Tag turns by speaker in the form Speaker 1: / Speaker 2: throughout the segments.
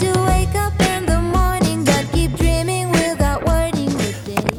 Speaker 1: to wake up in the morning, but keep dreaming without wording the day.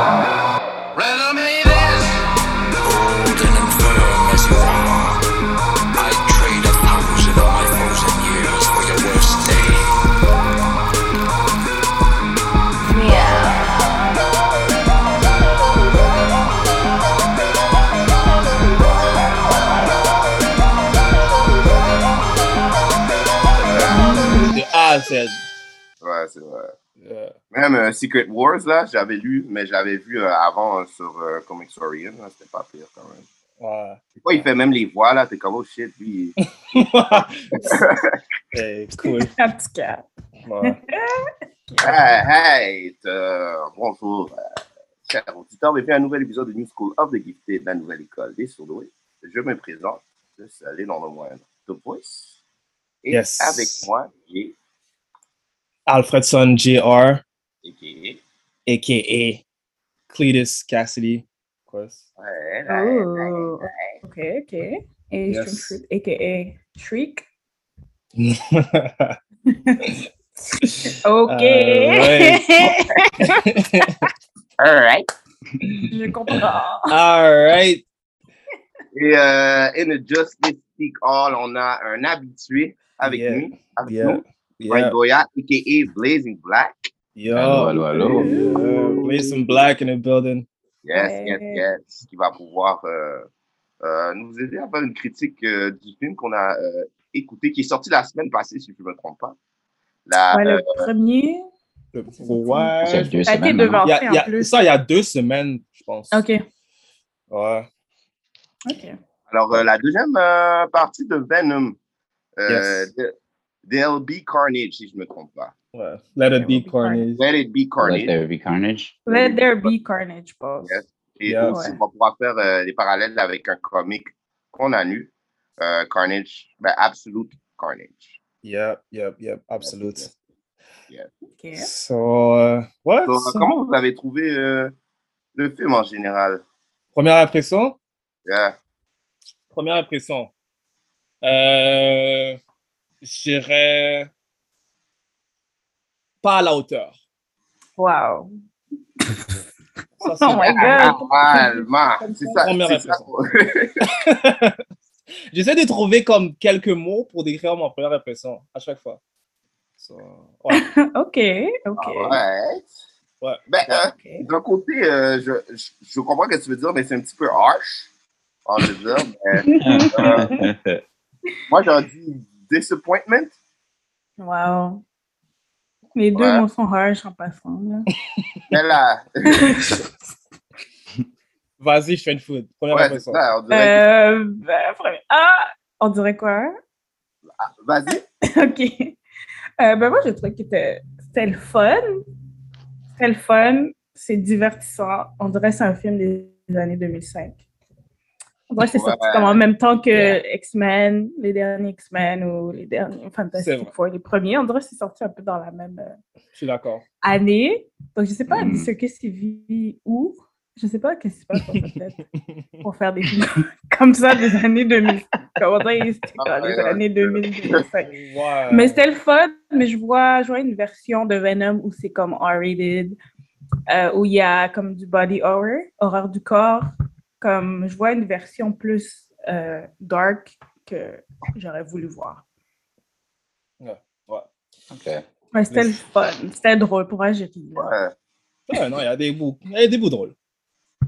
Speaker 2: Rather me this Golden and firm as you are I'd trade a thousand of my frozen years for your worst day
Speaker 3: The Oshead.
Speaker 4: Ouais, c'est vrai.
Speaker 3: Yeah.
Speaker 4: Même euh, Secret Wars, là, j'avais lu, mais je l'avais vu euh, avant euh, sur euh, Comics Orient, là, c'était pas pire quand même.
Speaker 3: Wow.
Speaker 4: Des fois, il fait même les voix, là, t'es comme, oh shit, lui. il-
Speaker 3: hey, cool.
Speaker 5: En tout cas.
Speaker 3: Ouais.
Speaker 4: hey, hey, euh, bonjour, euh, chers auditeurs, bienvenue à un nouvel épisode de New School of the Gifted, la nouvelle école des surdoués. Je me présente, je suis allé dans le moindre de Voice. Et
Speaker 3: Yes.
Speaker 4: avec moi, j'ai
Speaker 3: Alfredson Jr.,
Speaker 4: aka
Speaker 3: aka Cletus Cassidy. Of course.
Speaker 4: Ouais, ouais, ouais.
Speaker 5: Oh. OK, OK. Et
Speaker 3: Yes.
Speaker 5: Shriek, a.k.a. Shriek. OK.
Speaker 3: Alright.
Speaker 4: All right.
Speaker 5: Je comprends.
Speaker 3: All right.
Speaker 4: Et euh, in the Justice Speak All, on a un habitué avec
Speaker 3: Yeah.
Speaker 4: nous, avec
Speaker 3: Yeah.
Speaker 4: nous, Frank
Speaker 3: Yeah.
Speaker 4: Goya, aka Blazing Black.
Speaker 3: Yo.
Speaker 6: Allô, allô, allô.
Speaker 3: Yeah. Blazing Black in the building.
Speaker 4: Yes,
Speaker 5: Ouais.
Speaker 4: yes, yes. Qui va pouvoir euh, euh, nous aider à faire une critique euh, du film qu'on a euh, écouté, qui est sorti la semaine passée, si je ne me trompe pas. La,
Speaker 5: Ouais,
Speaker 4: euh,
Speaker 5: le premier,
Speaker 6: Ça fait
Speaker 3: Ouais.
Speaker 6: deux
Speaker 5: ça a été
Speaker 6: semaines maintenant.
Speaker 3: Il y a-
Speaker 5: devancé
Speaker 3: il y
Speaker 5: en
Speaker 3: a-
Speaker 5: plus.
Speaker 3: ça, il y a deux semaines, je pense.
Speaker 5: OK.
Speaker 3: Ouais.
Speaker 5: OK.
Speaker 4: alors, euh, la deuxième euh, partie de Venom, euh,
Speaker 3: Yes.
Speaker 4: de- DLB Carnage, si je ne me trompe pas.
Speaker 3: ouais. Let it be Corny.
Speaker 4: Let it be
Speaker 6: Let
Speaker 4: Carnage.
Speaker 6: there be carnage.
Speaker 5: Let there be carnage, boss.
Speaker 4: Yes. Et
Speaker 3: Yeah.
Speaker 4: aussi,
Speaker 5: Ouais.
Speaker 4: on va pouvoir faire euh, des parallèles avec un comic qu'on a lu, euh, Carnage, ben, Absolute Carnage.
Speaker 3: Yep, yep, yep. Absolute.
Speaker 5: OK.
Speaker 3: So, euh, ouais.
Speaker 4: Donc,
Speaker 3: so-
Speaker 4: comment vous avez trouvé euh, le film en général? Euh,
Speaker 3: Première impression?
Speaker 4: Yeah.
Speaker 3: Première impression. Euh, je dirais pas à la hauteur.
Speaker 5: Wow.
Speaker 3: Ça,
Speaker 5: Oh my God.
Speaker 4: Normalement, c'est ça.
Speaker 3: Première
Speaker 4: c'est ça.
Speaker 3: J'essaie de trouver comme quelques mots pour décrire mon première impression à chaque fois. So, ouais.
Speaker 5: OK, OK.
Speaker 4: Ouais. Ben, euh, d'un côté, euh, je, je, je comprends ce que tu veux dire, mais c'est un petit peu harsh. On va dire. mais, euh, moi, j'en dis disappointment.
Speaker 5: Wow. Les deux
Speaker 4: Ouais.
Speaker 5: mots sont harsh en passant. là.
Speaker 4: Mais là,
Speaker 3: Vas-y, je fais une food. Première
Speaker 4: Ouais,
Speaker 3: impression.
Speaker 4: c'est ça, on
Speaker 5: Euh, ben, premier- Ah! On dirait quoi?
Speaker 4: Vas-y.
Speaker 5: OK. Euh, ben moi, je trouvais que c'était c'était le fun. C'était le fun. C'est divertissant. On dirait que c'est un film des années 2005. On dirait que c'est sorti
Speaker 3: Ouais.
Speaker 5: comme en même temps que X-Men, les derniers X-Men ou les derniers Fantastic Four, les premiers. On dirait que c'est sorti un peu dans la même euh,
Speaker 3: Je suis d'accord.
Speaker 5: année. Donc, je sais pas, ce que c'est vit où. Je sais pas qu'est-ce qui se passe dans sa tête pour faire des films comme ça des années 2000. Comme on dirait, c'était dans les années 2005.
Speaker 3: Ouais.
Speaker 5: Mais c'était le fun, mais je vois, je vois une version de Venom où c'est comme R-rated, euh, où il y a comme du body horror, horreur du corps. Comme je vois une version plus euh, dark que j'aurais voulu voir.
Speaker 3: Ouais. ouais.
Speaker 5: Mais c'était le fun, c'était drôle. Pour moi, j'ai ri. là.
Speaker 3: Ouais, non, il y a des bouts. Il y a des bouts drôles.
Speaker 6: Ouais.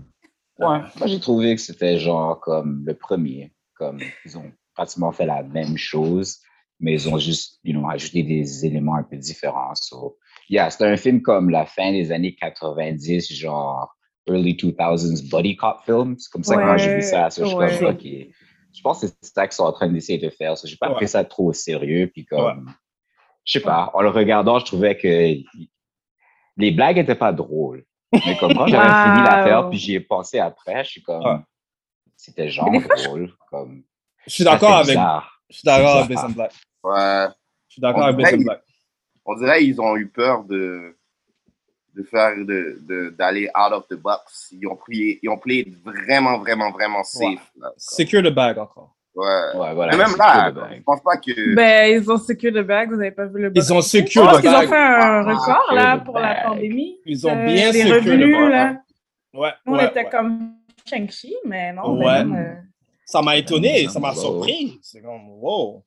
Speaker 6: Moi, j'ai trouvé que c'était genre comme le premier. Comme ils ont pratiquement fait la même chose, mais ils ont juste you know, ajouté des éléments un peu différents. So, yeah, c'était un film comme la fin des années 90, genre early 2000s buddy cop film. C'est comme ça que quand j'ai vu ça, so, je suis
Speaker 3: Ouais,
Speaker 6: comme,
Speaker 3: ouais.
Speaker 6: OK. Je pense que c'est ça qu'ils sont en train d'essayer de faire. So, j'ai pas pris ça trop au sérieux. Puis comme, je sais pas, en le regardant, je trouvais que les blagues étaient pas drôles. Mais comme quand j'avais fini
Speaker 3: Wow.
Speaker 6: l'affaire, puis j'y ai pensé après, je suis comme,
Speaker 3: Ah.
Speaker 6: c'était genre
Speaker 3: Mais des fois,
Speaker 6: drôle. Comme,
Speaker 3: Je suis d'accord
Speaker 6: Ça, c'est
Speaker 3: avec.
Speaker 6: bizarre.
Speaker 3: Je suis d'accord avec
Speaker 6: C'est
Speaker 3: Benson Black.
Speaker 4: Ouais.
Speaker 3: Je suis d'accord
Speaker 4: On
Speaker 3: avec
Speaker 4: dirait-
Speaker 3: Benson Black.
Speaker 4: on dirait qu'ils ont eu peur de, de faire de, de- d'aller out of the box. Ils ont pris, ils ont pris vraiment, vraiment, vraiment safe.
Speaker 3: Ouais.
Speaker 4: là.
Speaker 3: Secure le bag encore.
Speaker 4: Ouais.
Speaker 6: voilà,
Speaker 4: Mais même
Speaker 6: c'est
Speaker 4: là,
Speaker 6: que le
Speaker 4: je pense pas que.
Speaker 5: Ben, ils ont secure le bag, vous n'avez pas vu le bag.
Speaker 3: Ils ont
Speaker 5: Je
Speaker 3: secure
Speaker 5: pense
Speaker 3: le
Speaker 5: qu'ils
Speaker 3: bag.
Speaker 5: ont fait un record
Speaker 3: secure
Speaker 5: là,
Speaker 3: the
Speaker 5: pour la
Speaker 3: bag.
Speaker 5: pandémie.
Speaker 3: Ils ont
Speaker 5: Euh,
Speaker 3: bien
Speaker 5: les
Speaker 3: secure le
Speaker 5: revenus,
Speaker 3: bag.
Speaker 5: là.
Speaker 3: Ouais.
Speaker 5: Nous, on
Speaker 3: ouais,
Speaker 5: était
Speaker 3: ouais.
Speaker 5: comme Shang-Chi, mais non.
Speaker 3: Ouais.
Speaker 5: Venom, euh,
Speaker 3: Ça m'a étonné, ça m'a
Speaker 6: Wow.
Speaker 3: surpris. C'est comme, wow.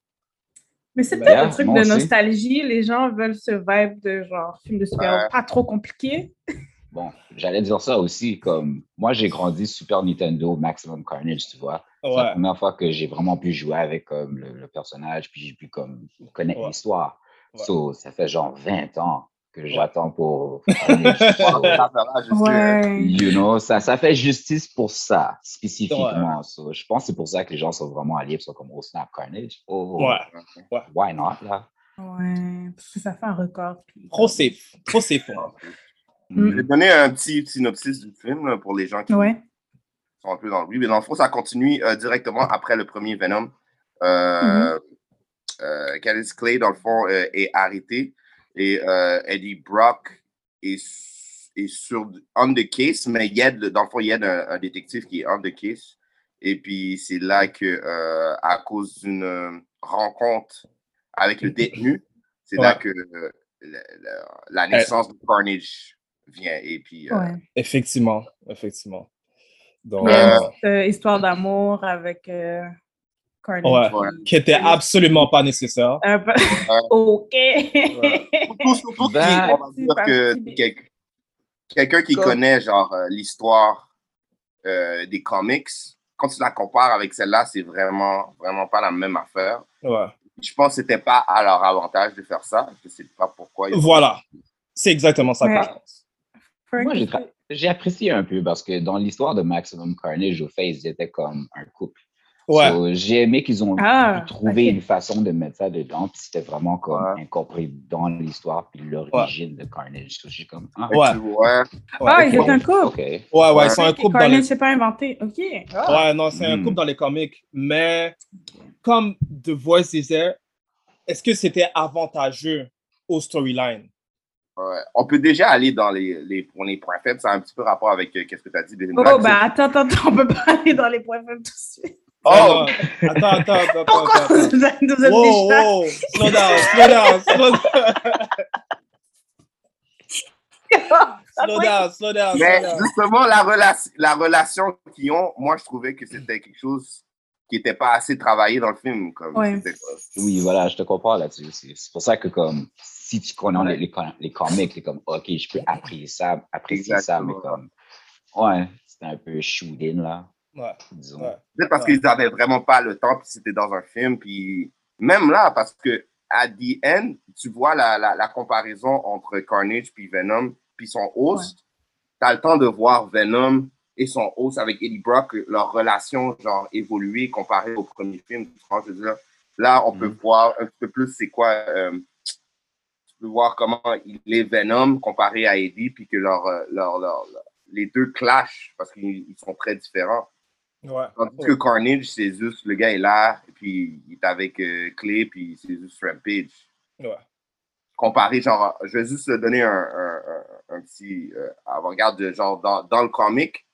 Speaker 5: Mais c'est
Speaker 3: Ben,
Speaker 5: peut-être
Speaker 3: yeah,
Speaker 5: un truc
Speaker 3: moi
Speaker 5: de
Speaker 3: aussi.
Speaker 5: nostalgie. Les gens veulent ce vibe de genre film de super
Speaker 6: Ouais.
Speaker 5: pas trop compliqué.
Speaker 6: Bon, j'allais dire ça aussi, comme moi j'ai grandi Super Nintendo Maximum Carnage, tu vois. C'est la
Speaker 3: Ouais.
Speaker 6: première fois que j'ai vraiment pu jouer avec comme, le, le personnage, puis j'ai pu comme connaître l'histoire. So, ça fait genre 20 ans que j'attends pour Carnage.
Speaker 5: Ouais.
Speaker 6: You know, ça, ça fait justice pour ça, spécifiquement. So, je pense que c'est pour ça que les gens sont vraiment alliés, puis sont comme au Snap Carnage. Oh,
Speaker 3: Ouais.
Speaker 6: Why not, là?
Speaker 5: Ouais, parce que ça fait un record. puis-
Speaker 3: Trop safe. Trop safe. hein. pour moi.
Speaker 5: Mm.
Speaker 4: Je
Speaker 6: Mm.
Speaker 4: vais donner un petit synopsis du film là, pour les gens qui
Speaker 5: Ouais.
Speaker 4: sont un peu dans le bruit. Mais dans le fond, ça continue euh, directement après le premier Venom. Euh, euh, Candice Clay, dans le fond, euh, est arrêtée et euh, Eddie Brock est, su- est sur, on the case, mais il y a, de- dans le fond, il y a un, un détective qui est on the case. Et puis, c'est là que, euh, à cause d'une euh, rencontre avec le détenu, c'est là
Speaker 3: Ouais.
Speaker 4: que euh, la, la- la naissance de Carnage vient. Et puis, euh,
Speaker 5: Ouais.
Speaker 3: Effectivement. Effectivement. Donc,
Speaker 5: Il y
Speaker 3: euh,
Speaker 5: a une petite, euh, histoire d'amour avec euh,
Speaker 3: ouais.
Speaker 5: Carnage.
Speaker 3: Qui était absolument pas nécessaire.
Speaker 5: Un peu- ok.
Speaker 4: Surtout, surtout qu'il- on va dire que c'est quel- quelqu'un qui
Speaker 5: Comme-
Speaker 4: connaît genre euh, l'histoire euh, des comics, quand tu la compares avec celle-là, c'est vraiment, vraiment pas la même affaire.
Speaker 3: Ouais.
Speaker 4: Je pense que c'était pas à leur avantage de faire ça. Je sais pas pourquoi. ils ont-
Speaker 3: Voilà. C'est exactement ça que
Speaker 4: Ouais.
Speaker 3: je pense.
Speaker 6: Moi, j'ai tra- j'ai apprécié un peu parce que dans l'histoire de Maximum Carnage, au fait, ils étaient comme un couple.
Speaker 3: Ouais.
Speaker 6: So, j'ai aimé qu'ils ont
Speaker 5: Ah,
Speaker 6: trouvé une façon de mettre ça dedans, puis c'était vraiment comme incorporé dans l'histoire, puis l'origine de Carnage. So, j'ai comme, ah,
Speaker 3: Ouais.
Speaker 5: Ah, ils étaient un couple.
Speaker 6: OK. Ouais,
Speaker 3: Ouais, ouais, ils sont un couple dans
Speaker 5: Carnage,
Speaker 3: les...
Speaker 5: c'est pas inventé. Ok. Ah.
Speaker 3: Ouais, non, c'est
Speaker 4: Hmm.
Speaker 3: un couple dans les comics. Mais comme The Voice disait, est-ce que c'était avantageux au storyline?
Speaker 4: Ouais. On peut déjà aller dans les, les, pour les points faibles. Ça a un petit peu rapport avec euh, qu'est-ce que tu as dit. des
Speaker 5: Oh,
Speaker 4: blagues.
Speaker 5: bah attends, attends, attends, on peut pas aller dans les points faibles tout de suite.
Speaker 4: Oh!
Speaker 3: Attends, attends, attends, attends. attends.
Speaker 5: Vous êtes- vous êtes
Speaker 3: Wow,
Speaker 5: des chats.
Speaker 3: wow, slow down, slow down, slow down. slow down, slow down, slow
Speaker 4: Mais
Speaker 3: down.
Speaker 4: justement, la, relation la relation qu'ils ont, moi, je trouvais que c'était quelque chose qui n'était pas assez travaillé dans le film. Comme
Speaker 5: Ouais.
Speaker 4: c'était quoi.
Speaker 6: Oui, voilà, je te comprends là-dessus. aussi. C'est pour ça que, comme, si tu connais les, les, com- les comics, t'es comme, OK, je peux apprécier ça, apprécier ça, mais comme, ouais, c'était un peu shooting, là.
Speaker 3: Ouais.
Speaker 6: Disons.
Speaker 4: Peut-être parce qu'ils n'avaient vraiment pas le temps, puis c'était dans un film, puis même là, parce que à the end, tu vois la, la, la comparaison entre Carnage puis Venom, puis son host, tu as le temps de voir Venom et son host avec Eddie Brock, leur relation genre évoluer comparée au premier film. tu vois, je veux dire. là, on peut voir un petit peu plus c'est quoi... euh, tu peux voir comment il est Venom comparé à Eddie, puis que leur, euh, leur, leur- leur- les deux clashent parce qu'ils ils sont très différents.
Speaker 3: Ouais.
Speaker 4: Tandis que Carnage, c'est juste le gars est là, et puis il est avec euh, Clay, puis c'est juste Rampage.
Speaker 3: Ouais.
Speaker 4: Comparé, genre, je vais juste te donner un, un- un- un petit euh, avant-garde, de genre, dans, dans le comic,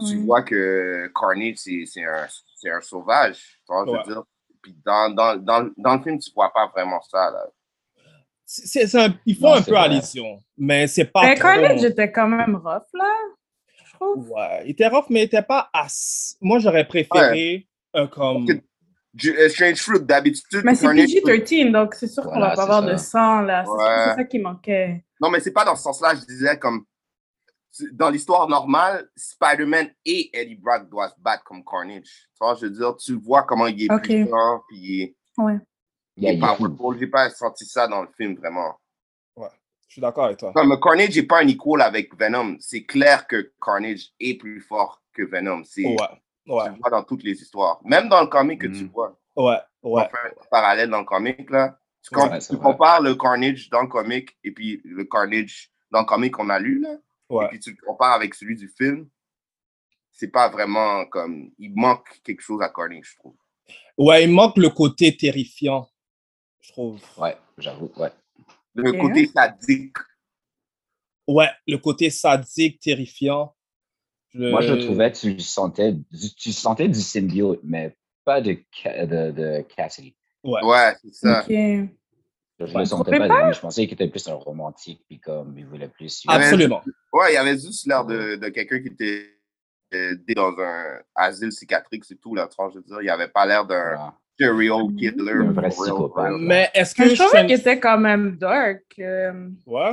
Speaker 4: tu vois que Carnage, c'est c'est un, c'est un sauvage. Tu vois, je veux
Speaker 3: Ouais.
Speaker 4: dire. Puis dans, dans, dans, dans le film, tu vois pas vraiment ça, là.
Speaker 3: C'est- c'est un- ils font
Speaker 4: Non,
Speaker 3: un
Speaker 4: c'est
Speaker 3: peu
Speaker 4: vrai.
Speaker 3: allusion, mais c'est pas.
Speaker 5: Mais Ben, Carnage
Speaker 3: trop.
Speaker 5: était quand même rough, là.
Speaker 3: Ouais, il était rough, mais il était pas assez. Moi, j'aurais préféré un comme.
Speaker 4: Ju- euh, Strange Fruit, d'habitude,
Speaker 5: Mais c'est
Speaker 4: Carnage-
Speaker 5: PG-13, donc c'est sûr qu'on
Speaker 4: Voilà,
Speaker 5: va pas
Speaker 4: c'est
Speaker 5: avoir
Speaker 4: ça.
Speaker 5: de sang, là. C'est sûr que
Speaker 4: Ouais.
Speaker 5: c'est ça qui manquait.
Speaker 4: Non, mais c'est pas dans ce sens-là, je disais comme. c'est- Dans l'histoire normale, Spider-Man et Eddie Brock doivent se battre comme Carnage. Tu vois, je veux dire, tu vois comment il est
Speaker 5: Ok.
Speaker 4: puissant, puis il est,
Speaker 5: Ouais.
Speaker 4: il est powerful. J'ai pas senti ça dans le film vraiment.
Speaker 3: Ouais, je suis d'accord avec toi.
Speaker 6: Ah
Speaker 4: Comme euh, Carnage n'est pas un equal avec Venom. C'est clair que Carnage est plus fort que Venom. C'est,
Speaker 3: Ouais, Mm.
Speaker 4: Tu le vois dans toutes les histoires. Même dans le comic que tu vois.
Speaker 3: Ouais,
Speaker 6: Ah
Speaker 3: ouais.
Speaker 4: On fait un parallèle dans le comic, là. Tu,
Speaker 3: Ouais,
Speaker 4: com-
Speaker 3: c'est
Speaker 4: tu compares le Carnage dans le comic et puis le Carnage dans le comic qu'on a lu, là. Et puis tu le compares avec celui du film. C'est pas vraiment comme. Il manque quelque chose à Carnage, je trouve.
Speaker 3: Ouais, il manque le côté terrifiant, je trouve.
Speaker 6: Ouais, j'avoue, ouais.
Speaker 4: Le
Speaker 3: Ok.
Speaker 4: côté sadique.
Speaker 3: Ouais, le côté sadique, terrifiant.
Speaker 6: Moi,
Speaker 3: Euh.
Speaker 6: je trouvais, tu le sentais, du- tu sentais du symbiote, mais pas de, Ca- de, de Cassidy.
Speaker 3: Ouais,
Speaker 4: c'est
Speaker 6: ça.
Speaker 5: Ok. Ouais,
Speaker 6: Je
Speaker 4: Ouais.
Speaker 6: le sentais pas
Speaker 4: Pourquoi
Speaker 6: de lui. Je pensais qu'il était plus un romantique, puis comme il voulait plus.
Speaker 4: Il y avait- ouais, il y avait juste l'air de, de quelqu'un qui était euh, dans un asile psychiatrique, c'est tout, là. tu vois, Je veux dire, il avait pas l'air d'un serial killer.
Speaker 6: Un vrai
Speaker 4: for real.
Speaker 6: psychopathe.
Speaker 3: Mais est-ce que.
Speaker 5: Je trouvais qu'il était quand même dark. Euh,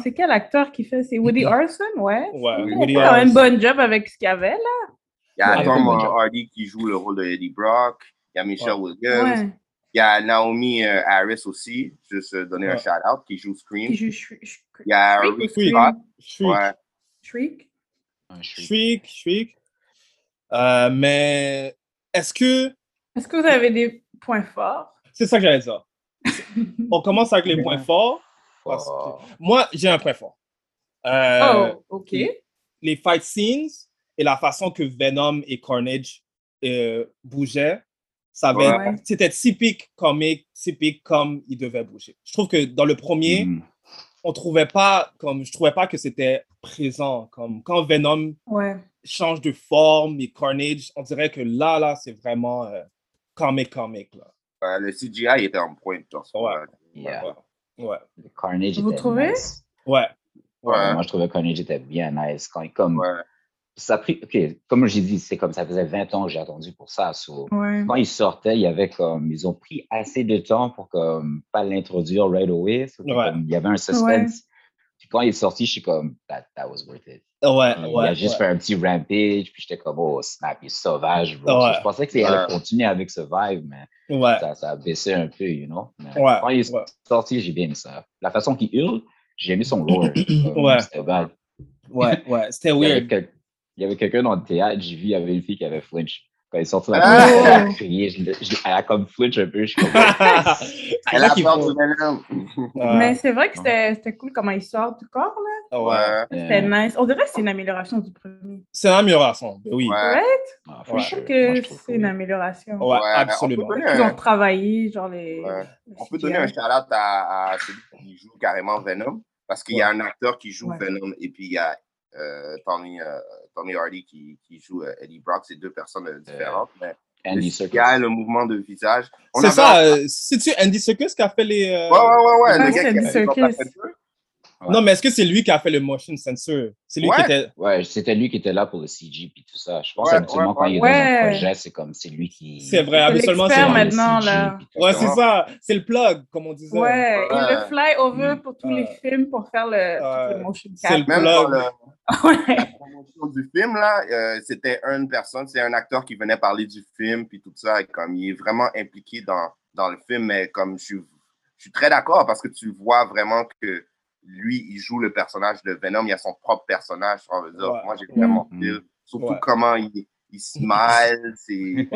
Speaker 5: C'est quel acteur qui fait C'est Woody Harrelson, ouais.
Speaker 3: Ouais,
Speaker 5: Il
Speaker 4: Woody
Speaker 5: a fait un
Speaker 4: Harrelson.
Speaker 5: bon job avec ce qu'il y avait, là.
Speaker 4: Il y a
Speaker 6: Ouais,
Speaker 4: Tom
Speaker 6: bon job.
Speaker 4: Hardy qui joue le rôle de Eddie Brock. Il y a Michelle Williams.
Speaker 5: Ouais.
Speaker 4: Il y a Naomi euh, Harris aussi, juste euh, donner un
Speaker 5: Ouais.
Speaker 4: shout-out, qui joue Scream.
Speaker 5: Qui joue Shre- Shre-
Speaker 4: Il y a
Speaker 5: Shriek ou
Speaker 4: Rick
Speaker 5: Scream?
Speaker 4: Scott.
Speaker 3: Shriek.
Speaker 4: Ouais.
Speaker 5: Shriek?
Speaker 3: Shriek, Shriek. Euh, mais est-ce que.
Speaker 5: Est-ce que vous avez des points forts?
Speaker 3: C'est ça que j'allais dire. On commence avec les points forts. parce que- Moi, j'ai un point fort. Euh,
Speaker 5: Oh, ok.
Speaker 3: Les fight scenes et la façon que Venom et Carnage euh, bougeaient, ça avait-
Speaker 5: Ouais.
Speaker 3: c'était typique comique, typique comme ils devaient bouger. Je trouve que dans le
Speaker 6: Mm.
Speaker 3: premier,
Speaker 6: Hmm,
Speaker 3: on trouvait pas comme je trouvais pas que c'était présent comme quand Venom
Speaker 5: Ouais.
Speaker 3: change de forme et Carnage, on dirait que là là, c'est vraiment euh, comique comique là.
Speaker 4: Euh, le CGI était en point dans ce moment-là.
Speaker 3: Ouais.
Speaker 6: Le Carnage
Speaker 3: Vous
Speaker 6: était
Speaker 3: trouvez?
Speaker 6: nice.
Speaker 3: Ouais.
Speaker 6: Ouais, Euh, Moi, je trouvais Carnage était bien nice. Quand, comme, ça a pris, ok, comme j'ai dit, c'est comme ça faisait 20 ans que j'ai attendu pour ça. so,
Speaker 3: Mhm.
Speaker 5: Ouais.
Speaker 6: Quand il sortait, il y avait comme, ils ont pris assez de temps pour comme, pas l'introduire right away. so,
Speaker 3: Ouais.
Speaker 6: comme, il y avait un suspense.
Speaker 3: Ouais.
Speaker 6: Puis quand il est sorti, je suis comme, that, that was worth it.
Speaker 3: Ouais,
Speaker 6: Puis,
Speaker 3: Euh, ouais,
Speaker 6: il a juste
Speaker 3: ouais.
Speaker 6: fait un petit rampage, puis j'étais comme, oh snap, il est sauvage, bro.
Speaker 3: Ouais.
Speaker 6: So, je pensais qu'il
Speaker 3: Ouais.
Speaker 6: allait continuer avec ce vibe, mais
Speaker 3: Ouais.
Speaker 6: ça, ça a baissé un peu, you know. Mais
Speaker 3: Ouais,
Speaker 6: Quand il est sorti, j'ai bien aimé ça. La façon qu'il hurle, j'ai aimé son roar. comme,
Speaker 3: Ouais.
Speaker 6: C'était bad.
Speaker 3: Ouais, ouais, c'était
Speaker 6: Il y avait
Speaker 3: weird.
Speaker 6: quel- Il y avait quelqu'un dans le théâtre, j'ai vu, il y avait une fille qui avait flinch. Quand elle est sortie de la
Speaker 3: Ah!
Speaker 6: théâtre, elle a crié, je l'ai- je l'ai- elle a comme flinch un peu, je suis comme,
Speaker 3: Elle
Speaker 4: a
Speaker 6: qu'il
Speaker 4: peur
Speaker 6: faut.
Speaker 4: du
Speaker 3: Euh,
Speaker 5: Mais c'est vrai que c'était c'était cool comment il sort du corps, là.
Speaker 3: Ouais.
Speaker 5: C'était nice. On dirait que c'est une amélioration du premier.
Speaker 3: C'est un amélioration, oui.
Speaker 5: Correct?
Speaker 3: for
Speaker 5: je
Speaker 3: sure.
Speaker 5: trouve que c'est une amélioration.
Speaker 3: Ouais, Ouais, absolument. on peut
Speaker 5: Ils
Speaker 3: donner un-
Speaker 5: ont travaillé, genre les.
Speaker 4: On peut donner un shout-out à, à celui qui joue carrément Venom, parce qu'il y a un acteur qui joue
Speaker 5: Ouais.
Speaker 4: Venom et puis il y a euh, Tommy, euh, Tommy Hardy qui, qui joue euh, Eddie Brock. C'est deux personnes euh, différentes. mais
Speaker 6: Andy
Speaker 4: le
Speaker 6: Serkis.
Speaker 4: CGI, le mouvement de visage. On
Speaker 3: C'est
Speaker 4: avait-
Speaker 3: ça, euh, c'est-tu Andy Serkis qui a fait les. euh,
Speaker 4: Ouais, ouais, ouais, ouais, le euh, gars qui a fait
Speaker 3: Andy
Speaker 4: les
Speaker 3: Serkis.
Speaker 4: Black Panther.
Speaker 3: Non, mais est-ce que c'est lui qui a fait le motion censure? C'est lui qui était.
Speaker 6: Ouais, c'était lui qui était là pour le CG puis tout ça. Je pense
Speaker 3: Ouais,
Speaker 6: habituellement
Speaker 3: ouais,
Speaker 6: quand il est
Speaker 3: ouais.
Speaker 6: dans un
Speaker 3: Ouais.
Speaker 6: projet, c'est comme c'est lui qui.
Speaker 3: C'est vrai, habituellement, c'est.
Speaker 5: maintenant, là.
Speaker 3: Ouais, c'est ça. C'est le plug, comme on disait.
Speaker 5: Ouais, il le fly over pour tous les films pour faire le, tout le motion cap.
Speaker 4: Même dans le- la promotion du film, là, euh, c'était une personne, c'est un acteur qui venait parler du film, puis tout ça, et comme il est vraiment impliqué dans, dans le film, mais comme je suis, je suis très d'accord, parce que tu vois vraiment que lui, il joue le personnage de Venom, il a son propre personnage, on veut dire.
Speaker 3: Ouais.
Speaker 4: Moi, j'ai vraiment
Speaker 3: Mm.
Speaker 4: feel, surtout
Speaker 3: Ouais.
Speaker 4: comment il, il smile, c'est...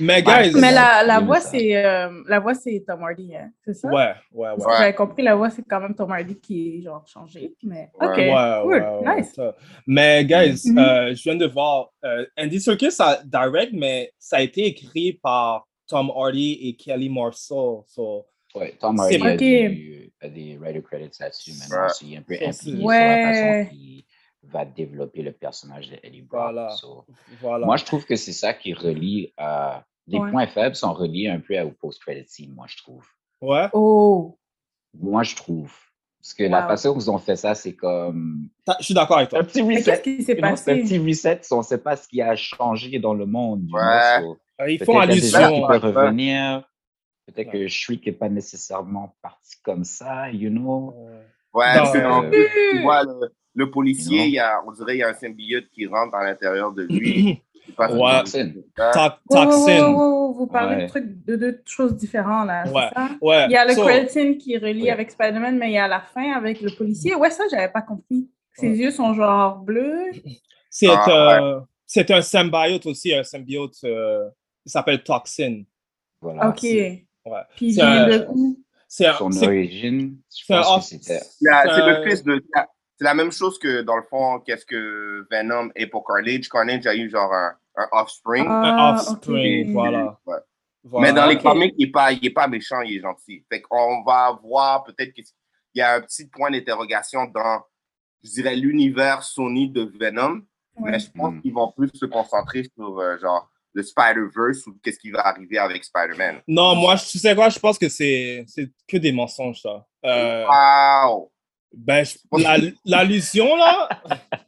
Speaker 3: Mais, guys.
Speaker 5: Mais la, la voix, c'est euh, la voix, c'est Tom Hardy, hein, c'est ça?
Speaker 3: Ouais, ouais,
Speaker 5: Si
Speaker 3: ouais.
Speaker 5: J'avais compris, la voix, c'est quand même Tom Hardy qui est genre changé. Mais ok,
Speaker 3: Ouais, ouais,
Speaker 5: cool,
Speaker 3: ouais, ouais,
Speaker 5: nice.
Speaker 3: ça. Mais, guys,
Speaker 5: Mhm.
Speaker 3: euh, je viens de voir. euh, Andy Serkis a direct, mais ça a été écrit par Tom Hardy et Kelly Marceau. So,
Speaker 6: ouais, Tom
Speaker 3: c'est-
Speaker 6: Hardy a, du- a des writer credits là-dessus, mais
Speaker 3: Ouais.
Speaker 6: aussi un peu
Speaker 3: Ça, c'est-
Speaker 6: impliqué sur la
Speaker 5: Ouais.
Speaker 6: façon qu'il va développer le personnage de Eddie Brock.
Speaker 3: Voilà.
Speaker 6: so.
Speaker 3: voilà.
Speaker 6: Moi, je trouve que c'est ça qui relie à. Les
Speaker 3: Ouais.
Speaker 6: points faibles sont reliés un peu au post-credit scene, moi, je trouve.
Speaker 3: Ouais.
Speaker 5: Oh.
Speaker 6: Moi, je trouve. Parce que la
Speaker 3: Wow.
Speaker 6: façon dont ils ont fait ça, c'est comme.
Speaker 3: Je suis d'accord avec toi.
Speaker 6: Un petit reset.
Speaker 5: qu'est-ce qui s'est
Speaker 6: Non, c'est
Speaker 5: passé?
Speaker 6: Un petit reset, on ne sait pas ce qui a changé dans le monde. du
Speaker 4: Ouais.
Speaker 6: morceau.
Speaker 3: Euh, ils
Speaker 6: Peut-être
Speaker 3: font
Speaker 6: qu'il y a des gens
Speaker 3: allusion.
Speaker 6: qui peuvent
Speaker 3: Ouais.
Speaker 6: revenir. Peut-être que Shriek n'est pas nécessairement parti comme ça, you know.
Speaker 4: Ouais,
Speaker 6: Non.
Speaker 4: c'est
Speaker 6: Euh,
Speaker 4: tu vois, le, le policier, il y a, on dirait qu'il y a un symbiote qui rentre à l'intérieur de lui. Je sais pas si
Speaker 3: Ouais.
Speaker 4: vous connaissez ça.
Speaker 3: Toc-
Speaker 5: Wow, wow, wow,
Speaker 3: Toxin.
Speaker 5: wow, wow, vous parlez
Speaker 3: Ouais.
Speaker 5: de, trucs, de deux choses différentes, là. c'est
Speaker 3: Ouais,
Speaker 5: ça?
Speaker 3: ouais.
Speaker 5: Il y a le
Speaker 3: So-
Speaker 5: credit scene qui relie
Speaker 3: Ouais.
Speaker 5: avec Spider-Man, mais il y a la fin avec le policier. Ouais, ça, j'avais pas compris. Ses yeux sont genre bleus.
Speaker 3: C'est
Speaker 5: Ah,
Speaker 3: euh, c'est un symbiote aussi, un symbiote. euh, il s'appelle Toxin.
Speaker 6: Voilà.
Speaker 5: Ok.
Speaker 3: C'est- Ouais.
Speaker 5: Puis il
Speaker 3: C'est
Speaker 5: vient
Speaker 3: un-
Speaker 5: de où?
Speaker 3: C'est un-
Speaker 6: Son
Speaker 3: c'est-
Speaker 6: origine, je
Speaker 3: c'est un
Speaker 6: pense que
Speaker 3: off-
Speaker 6: c'était.
Speaker 4: La- C'est
Speaker 3: Euh,
Speaker 4: le fils de. la- C'est la même chose que, dans le fond, qu'est-ce que Venom est pour Carnage. Carnage a eu genre un, un offspring.
Speaker 3: Ah, Un offspring, ok. voilà.
Speaker 4: Ouais.
Speaker 3: Voilà.
Speaker 4: Mais dans les
Speaker 3: Ok.
Speaker 4: comics, il n'est pas, il est pas méchant, il est gentil. Fait qu'on va voir peut-être qu'il y a un petit point d'interrogation dans, je dirais, l'univers Sony de Venom. Mais je pense qu'ils vont plus se concentrer sur, euh, genre, le Spider-Verse ou qu'est-ce qui va arriver avec Spider-Man.
Speaker 3: Non, moi, je- tu sais quoi, je pense que c'est c'est que des mensonges, ça. Euh,
Speaker 4: Wow!
Speaker 3: Ben, je- la- l'allusion, là,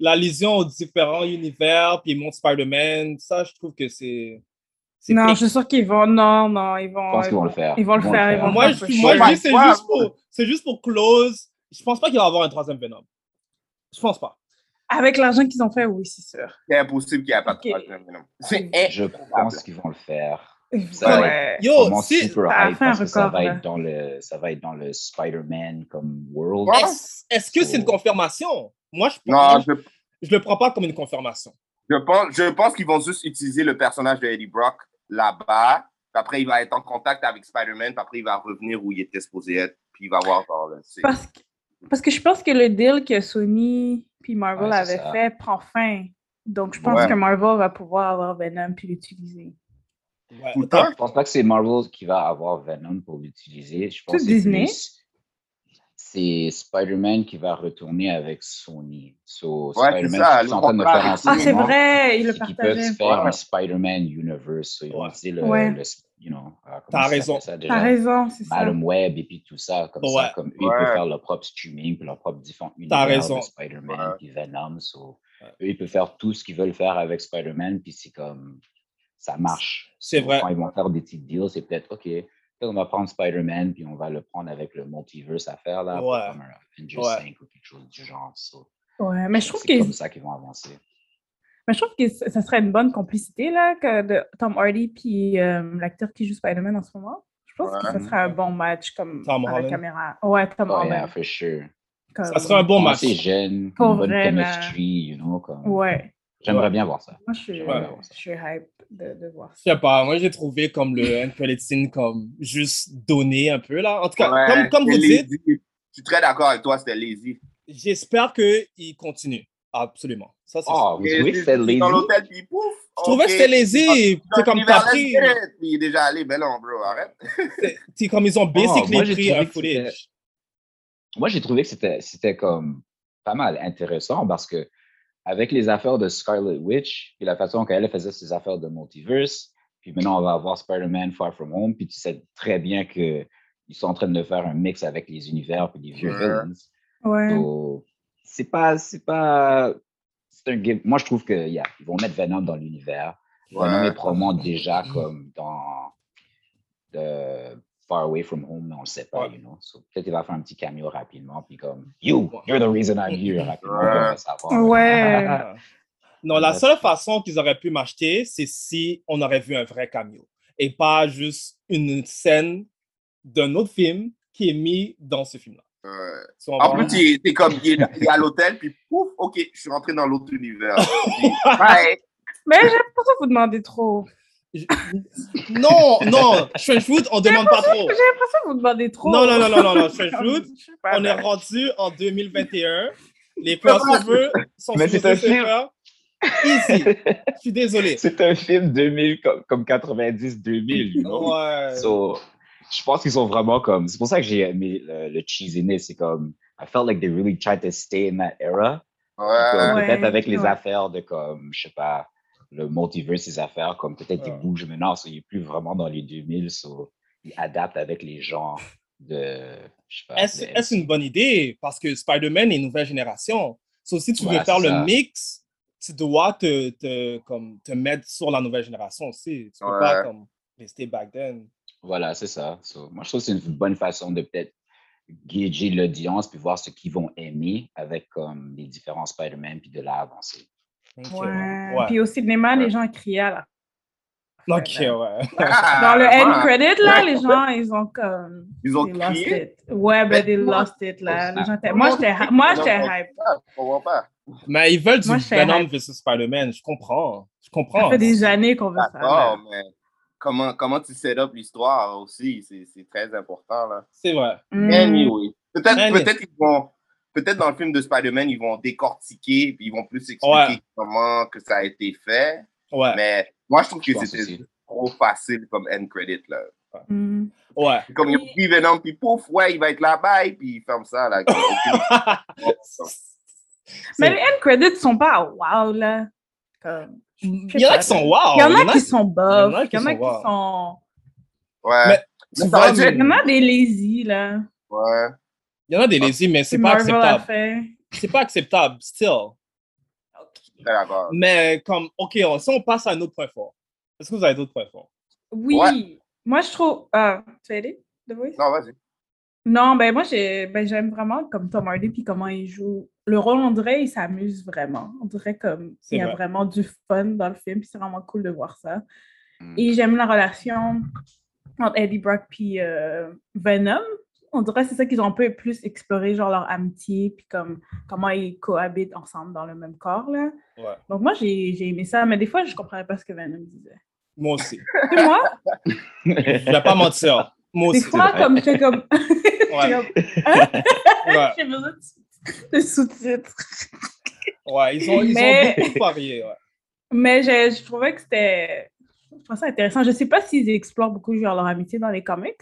Speaker 3: l'allusion aux différents univers, puis mon Spider-Man, ça, je trouve que c'est. c'est
Speaker 5: Non, je
Speaker 3: fake.
Speaker 5: suis sûre qu'ils vont. Non, non, ils vont.
Speaker 3: Je pense qu'ils vont le faire.
Speaker 5: Ils vont le faire. Ils vont
Speaker 3: Moi,
Speaker 5: le
Speaker 3: je,
Speaker 5: faire.
Speaker 3: moi,
Speaker 4: Oh
Speaker 3: je dis, c'est juste pour, c'est juste pour close. Je pense pas qu'il va avoir un troisième Venom. Je pense pas.
Speaker 5: euh, Avec l'argent qu'ils ont fait, oui, c'est sûr.
Speaker 4: C'est impossible qu'il n'y ait pas de troisième Venom. C'est
Speaker 6: Je pense qu'ils vont le faire. Ça va
Speaker 5: Ouais.
Speaker 6: être
Speaker 5: Yo,
Speaker 6: vraiment
Speaker 5: Oh, si-
Speaker 6: super
Speaker 5: ça a
Speaker 6: hype
Speaker 5: fait un
Speaker 6: parce que ça
Speaker 5: record,
Speaker 6: va
Speaker 5: là.
Speaker 6: être dans le, ça va être dans le Spider-Man comme world.
Speaker 3: Est-ce est-ce que c'est une confirmation? Moi, je,
Speaker 4: Oh. eh, Non,
Speaker 3: je, je le prends pas comme une confirmation.
Speaker 4: Je pense, je pense qu'ils vont juste utiliser le personnage de Eddie Brock là-bas. Puis Après, il va être en contact avec Spider-Man. puis Après, il va revenir où il était supposé être. Puis il va voir. genre, le- c'est-
Speaker 5: Parce que, parce que je pense que le deal que Sony puis Marvel
Speaker 4: Ouais, c'est
Speaker 5: avait
Speaker 4: ça.
Speaker 5: fait prend fin. Donc, je pense
Speaker 6: Ouais.
Speaker 5: que Marvel va pouvoir avoir Venom puis l'utiliser.
Speaker 6: Je pense pas que c'est Marvel qui va avoir Venom pour l'utiliser. Je pense
Speaker 5: C'est
Speaker 6: que c'est
Speaker 5: Disney.
Speaker 6: plus- C'est Spider-Man qui va retourner avec Sony. So,
Speaker 5: Ouais,
Speaker 6: Spider-Man,
Speaker 5: c'est ça,
Speaker 6: je suis en train de
Speaker 5: le
Speaker 6: faire un
Speaker 5: contrat. Ah, c'est
Speaker 6: segment
Speaker 5: vrai, il le
Speaker 6: qui peut
Speaker 5: partageait.
Speaker 6: se faire un Spider-Man universe. So, ils vont utiliser le,
Speaker 5: Ouais.
Speaker 6: le- you know, euh, comment
Speaker 3: T'as
Speaker 6: ça s'appelle
Speaker 3: raison.
Speaker 6: ça déjà?
Speaker 5: T'as raison, c'est
Speaker 3: Bah,
Speaker 5: ça.
Speaker 6: Madame Web et puis tout ça, comme
Speaker 3: Ouais.
Speaker 6: ça, comme eux, ils
Speaker 3: Ouais.
Speaker 6: peuvent faire leur propre streaming, puis leur propre différent
Speaker 3: T'as
Speaker 6: univers
Speaker 3: raison.
Speaker 6: de Spider-Man, puis Venom. so, Eux, ils peuvent faire tout ce qu'ils veulent faire avec Spider-Man, puis c'est comme, ça marche.
Speaker 3: C'est
Speaker 6: So,
Speaker 3: vrai.
Speaker 6: Quand ils vont faire des petits deals, c'est peut-être, OK, peut-être on va prendre Spider-Man, puis on va le prendre avec le multiverse à faire, là, pour
Speaker 3: Ouais.
Speaker 6: comme un Avengers
Speaker 3: Ouais.
Speaker 6: 5 ou quelque chose du genre. so.
Speaker 5: Ouais, mais je trouve
Speaker 6: C'est
Speaker 5: que
Speaker 6: comme ça qu'ils vont avancer.
Speaker 5: mais je trouve que c- ça serait une bonne complicité là que de Tom Hardy puis euh, l'acteur qui joue Spider-Man en ce moment. Je pense que ça
Speaker 6: Ouais.
Speaker 5: serait un bon match comme
Speaker 6: Tom
Speaker 5: à
Speaker 6: Holland.
Speaker 5: la caméra. Ouais, Tom
Speaker 6: Oh,
Speaker 5: Holland.
Speaker 6: yeah, for sure.
Speaker 5: Comme-
Speaker 3: Ça serait un bon match.
Speaker 6: C'est jeune,
Speaker 5: Pour
Speaker 6: une bonne
Speaker 5: vrai, là.
Speaker 6: chemistry, you know, comme-
Speaker 5: Ouais.
Speaker 6: J'aimerais
Speaker 3: Ouais.
Speaker 6: bien voir ça.
Speaker 5: Moi, je suis,
Speaker 3: Ouais.
Speaker 5: je suis hype de, de voir
Speaker 3: Je sais pas, moi j'ai trouvé comme le end credit scene comme juste donné un peu là. En tout cas,
Speaker 4: Ouais,
Speaker 3: comme, comme vous
Speaker 4: c'est
Speaker 3: dites,
Speaker 4: lazy. Je suis très d'accord avec toi, c'était lazy.
Speaker 3: j'espère qu'il continue. Absolument. Ça, c'est
Speaker 4: Ah,
Speaker 3: sûr.
Speaker 4: vous trouvez que c'était lazy? Dans l'hôtel, puis pouf!
Speaker 3: Je trouvais que c'était lazy.
Speaker 4: Ah,
Speaker 3: C'est comme t'as pris.
Speaker 4: Il est déjà allé, ben non, bro, arrête.
Speaker 3: C'est comme ils ont
Speaker 6: Oh, moi,
Speaker 3: basically
Speaker 6: j'ai
Speaker 3: pris
Speaker 6: trouvé
Speaker 3: un
Speaker 6: que c'était-
Speaker 3: footage.
Speaker 6: Moi, j'ai trouvé que c'était, c'était comme pas mal intéressant parce que avec les affaires de Scarlet Witch, puis la façon qu'elle faisait ses affaires de multiverse, puis maintenant on va avoir Spider-Man Far From Home, puis tu sais très bien que ils sont en train de faire un mix avec les univers puis les vieux
Speaker 4: Ouais.
Speaker 6: villains.
Speaker 5: Ouais.
Speaker 6: So, c'est pas, c'est pas, c'est un give. Moi, je trouve que yeah, ils vont mettre Venom dans l'univers. Venom
Speaker 4: Ouais.
Speaker 6: est probablement déjà comme dans euh, Far Away From Home, mais on le sait pas, you know. So, peut-être il va faire un petit cameo rapidement, puis comme You, you're the reason I'm here, rapidement, on va savoir.
Speaker 5: Ouais.
Speaker 3: Ah. Non, la seule façon qu'ils auraient pu m'acheter, c'est si on aurait vu un vrai cameo et pas juste une scène d'un autre film qui est mis dans ce film-là. Si on
Speaker 4: En
Speaker 3: va-
Speaker 4: plus, il est- t'es comme, il est, il est à l'hôtel, puis pouf, ok, je suis rentré dans l'autre univers. Puis, Bye.
Speaker 5: Mais j'aime pas ça vous demandez trop.
Speaker 3: Non, non, Strange Fruit, on demande pas trop.
Speaker 5: J'ai l'impression que vous demandez trop.
Speaker 3: Non, non, non, non, non, non, Strange Fruit,
Speaker 5: pas,
Speaker 3: on est
Speaker 5: ben.
Speaker 3: rendu en 2021. Les crossovers sont
Speaker 6: Mais c'est
Speaker 3: supposés
Speaker 6: un
Speaker 3: se
Speaker 6: film.
Speaker 3: faire easy. Je suis désolé.
Speaker 6: C'est un film 2000, comme, comme 90-2000, you know?
Speaker 3: Ouais.
Speaker 6: So, je pense qu'ils sont vraiment comme. C'est pour ça que j'ai aimé le, le cheesiness. C'est comme. I felt like they really tried to stay in that era. Comme
Speaker 4: Ouais.
Speaker 6: peut-être avec les
Speaker 4: Ouais.
Speaker 6: affaires de comme, je sais pas, le multiverse, ces affaires, comme peut-être qu'ils bougent maintenant. So, il est plus vraiment dans les 2000. So, ils adaptent avec les gens de. Je sais pas.
Speaker 3: Est-ce
Speaker 6: de-
Speaker 3: est-ce une bonne idée? Parce que Spider-Man est une nouvelle génération. So, si tu veux
Speaker 6: Ouais,
Speaker 3: faire
Speaker 6: c'est
Speaker 3: le
Speaker 6: ça.
Speaker 3: mix, tu dois te, te, comme, te mettre sur la nouvelle génération aussi. Tu peux
Speaker 6: Ouais.
Speaker 3: pas comme, rester back then.
Speaker 6: Voilà, c'est ça. So, moi, je trouve que c'est une bonne façon de peut-être gager l'audience puis voir ce qu'ils vont aimer avec comme les différents Spider-Man puis de là avancer.
Speaker 5: Ouais.
Speaker 6: Ouais.
Speaker 5: Puis au cinéma, les gens criaient à la
Speaker 3: Ok, ouais.
Speaker 4: Ah,
Speaker 5: Dans le end
Speaker 3: Ah, ouais.
Speaker 5: credit, là,
Speaker 3: Ouais.
Speaker 5: les gens, ils ont comme.
Speaker 3: Ils ont
Speaker 5: they lost
Speaker 3: crié?
Speaker 5: it. Ouais, ben, they
Speaker 3: Bêtement.
Speaker 5: lost it, là. Les gens étaient-
Speaker 3: Comment
Speaker 5: Moi, j'étais hy- moi, j'étais
Speaker 3: comment-
Speaker 5: hype.
Speaker 4: Je comprends pas.
Speaker 3: Mais ils veulent du
Speaker 5: Moi, je serais
Speaker 3: Venom
Speaker 5: hype.
Speaker 3: vs Spider-Man. Je comprends. Je
Speaker 5: Ça
Speaker 3: comprends.
Speaker 5: fait des années qu'on veut ça.
Speaker 4: D'accord,
Speaker 5: là.
Speaker 4: mais comment, comment tu set up l'histoire aussi, c'est c'est très important. là.
Speaker 3: C'est vrai.
Speaker 5: Mm.
Speaker 4: Anyway. Peut-être
Speaker 3: Hmm. Anyway.
Speaker 4: peut-être ils vont. Peut-être dans le film de Spider-Man, ils vont décortiquer, puis ils vont plus expliquer comment que ça a été fait. Mais moi, je trouve que c'était trop facile comme end credit. Là.
Speaker 5: mm.
Speaker 3: Ouais.
Speaker 4: Comme il y a Venom, puis pouf, ouais, il va être là-bas, et puis il ferme ça. Là, comme, ok.
Speaker 5: Mais les end credits sont pas wow, là. Comme, je sais
Speaker 3: Il y en a
Speaker 5: pas,
Speaker 3: qui sont
Speaker 5: là.
Speaker 3: wow.
Speaker 5: Il y en a qui sont bof.
Speaker 3: il y en a qui
Speaker 5: Il y en a
Speaker 3: sont wow.
Speaker 5: qui sont.
Speaker 4: Ouais.
Speaker 3: Mais tu vois,
Speaker 5: Il y en a des lazy, là.
Speaker 4: Ouais.
Speaker 3: Il y en a des lazy, mais c'est
Speaker 5: que
Speaker 3: pas
Speaker 5: Marvel a
Speaker 3: acceptable.
Speaker 5: fait.
Speaker 3: C'est pas acceptable, still. Mais comme, OK, on- si on passe à un autre point fort. Est-ce que vous avez d'autres points forts?
Speaker 5: Oui. Moi, je trouve. Ah, tu vas aller? The Voice?
Speaker 4: Non, vas-y.
Speaker 5: Non, ben moi, j'ai- ben, j'aime vraiment comme Tom Hardy puis comment il joue. Le rôle, on dirait, il s'amuse vraiment. On dirait comme
Speaker 7: C'est
Speaker 5: il y a
Speaker 7: vrai.
Speaker 5: vraiment du fun dans le film, puis c'est vraiment cool de voir ça.
Speaker 3: Mm.
Speaker 5: Et j'aime la relation entre Eddie Brock puis euh, Venom. On dirait que c'est ça qu'ils ont un peu plus exploré, genre leur amitié, puis comme comment ils cohabitent ensemble dans le même corps, là.
Speaker 3: Ouais.
Speaker 5: Donc moi, j'ai j'ai aimé ça, mais des fois, je comprenais pas ce que Venom disait.
Speaker 3: Moi aussi.
Speaker 5: C'est moi?
Speaker 3: Je vais pas mentir. Moi
Speaker 5: Des
Speaker 3: aussi.
Speaker 5: fois, comme j'étais comme.
Speaker 3: Ouais. Ouais.
Speaker 5: J'ai besoin de, de sous-titres.
Speaker 3: Ouais, ils ont, ils
Speaker 5: Mais-
Speaker 3: ont beaucoup varié. Ouais.
Speaker 5: Mais je, je trouvais que c'était. Je trouvais ça intéressant. Je sais pas s'ils explorent beaucoup genre leur amitié dans les comics.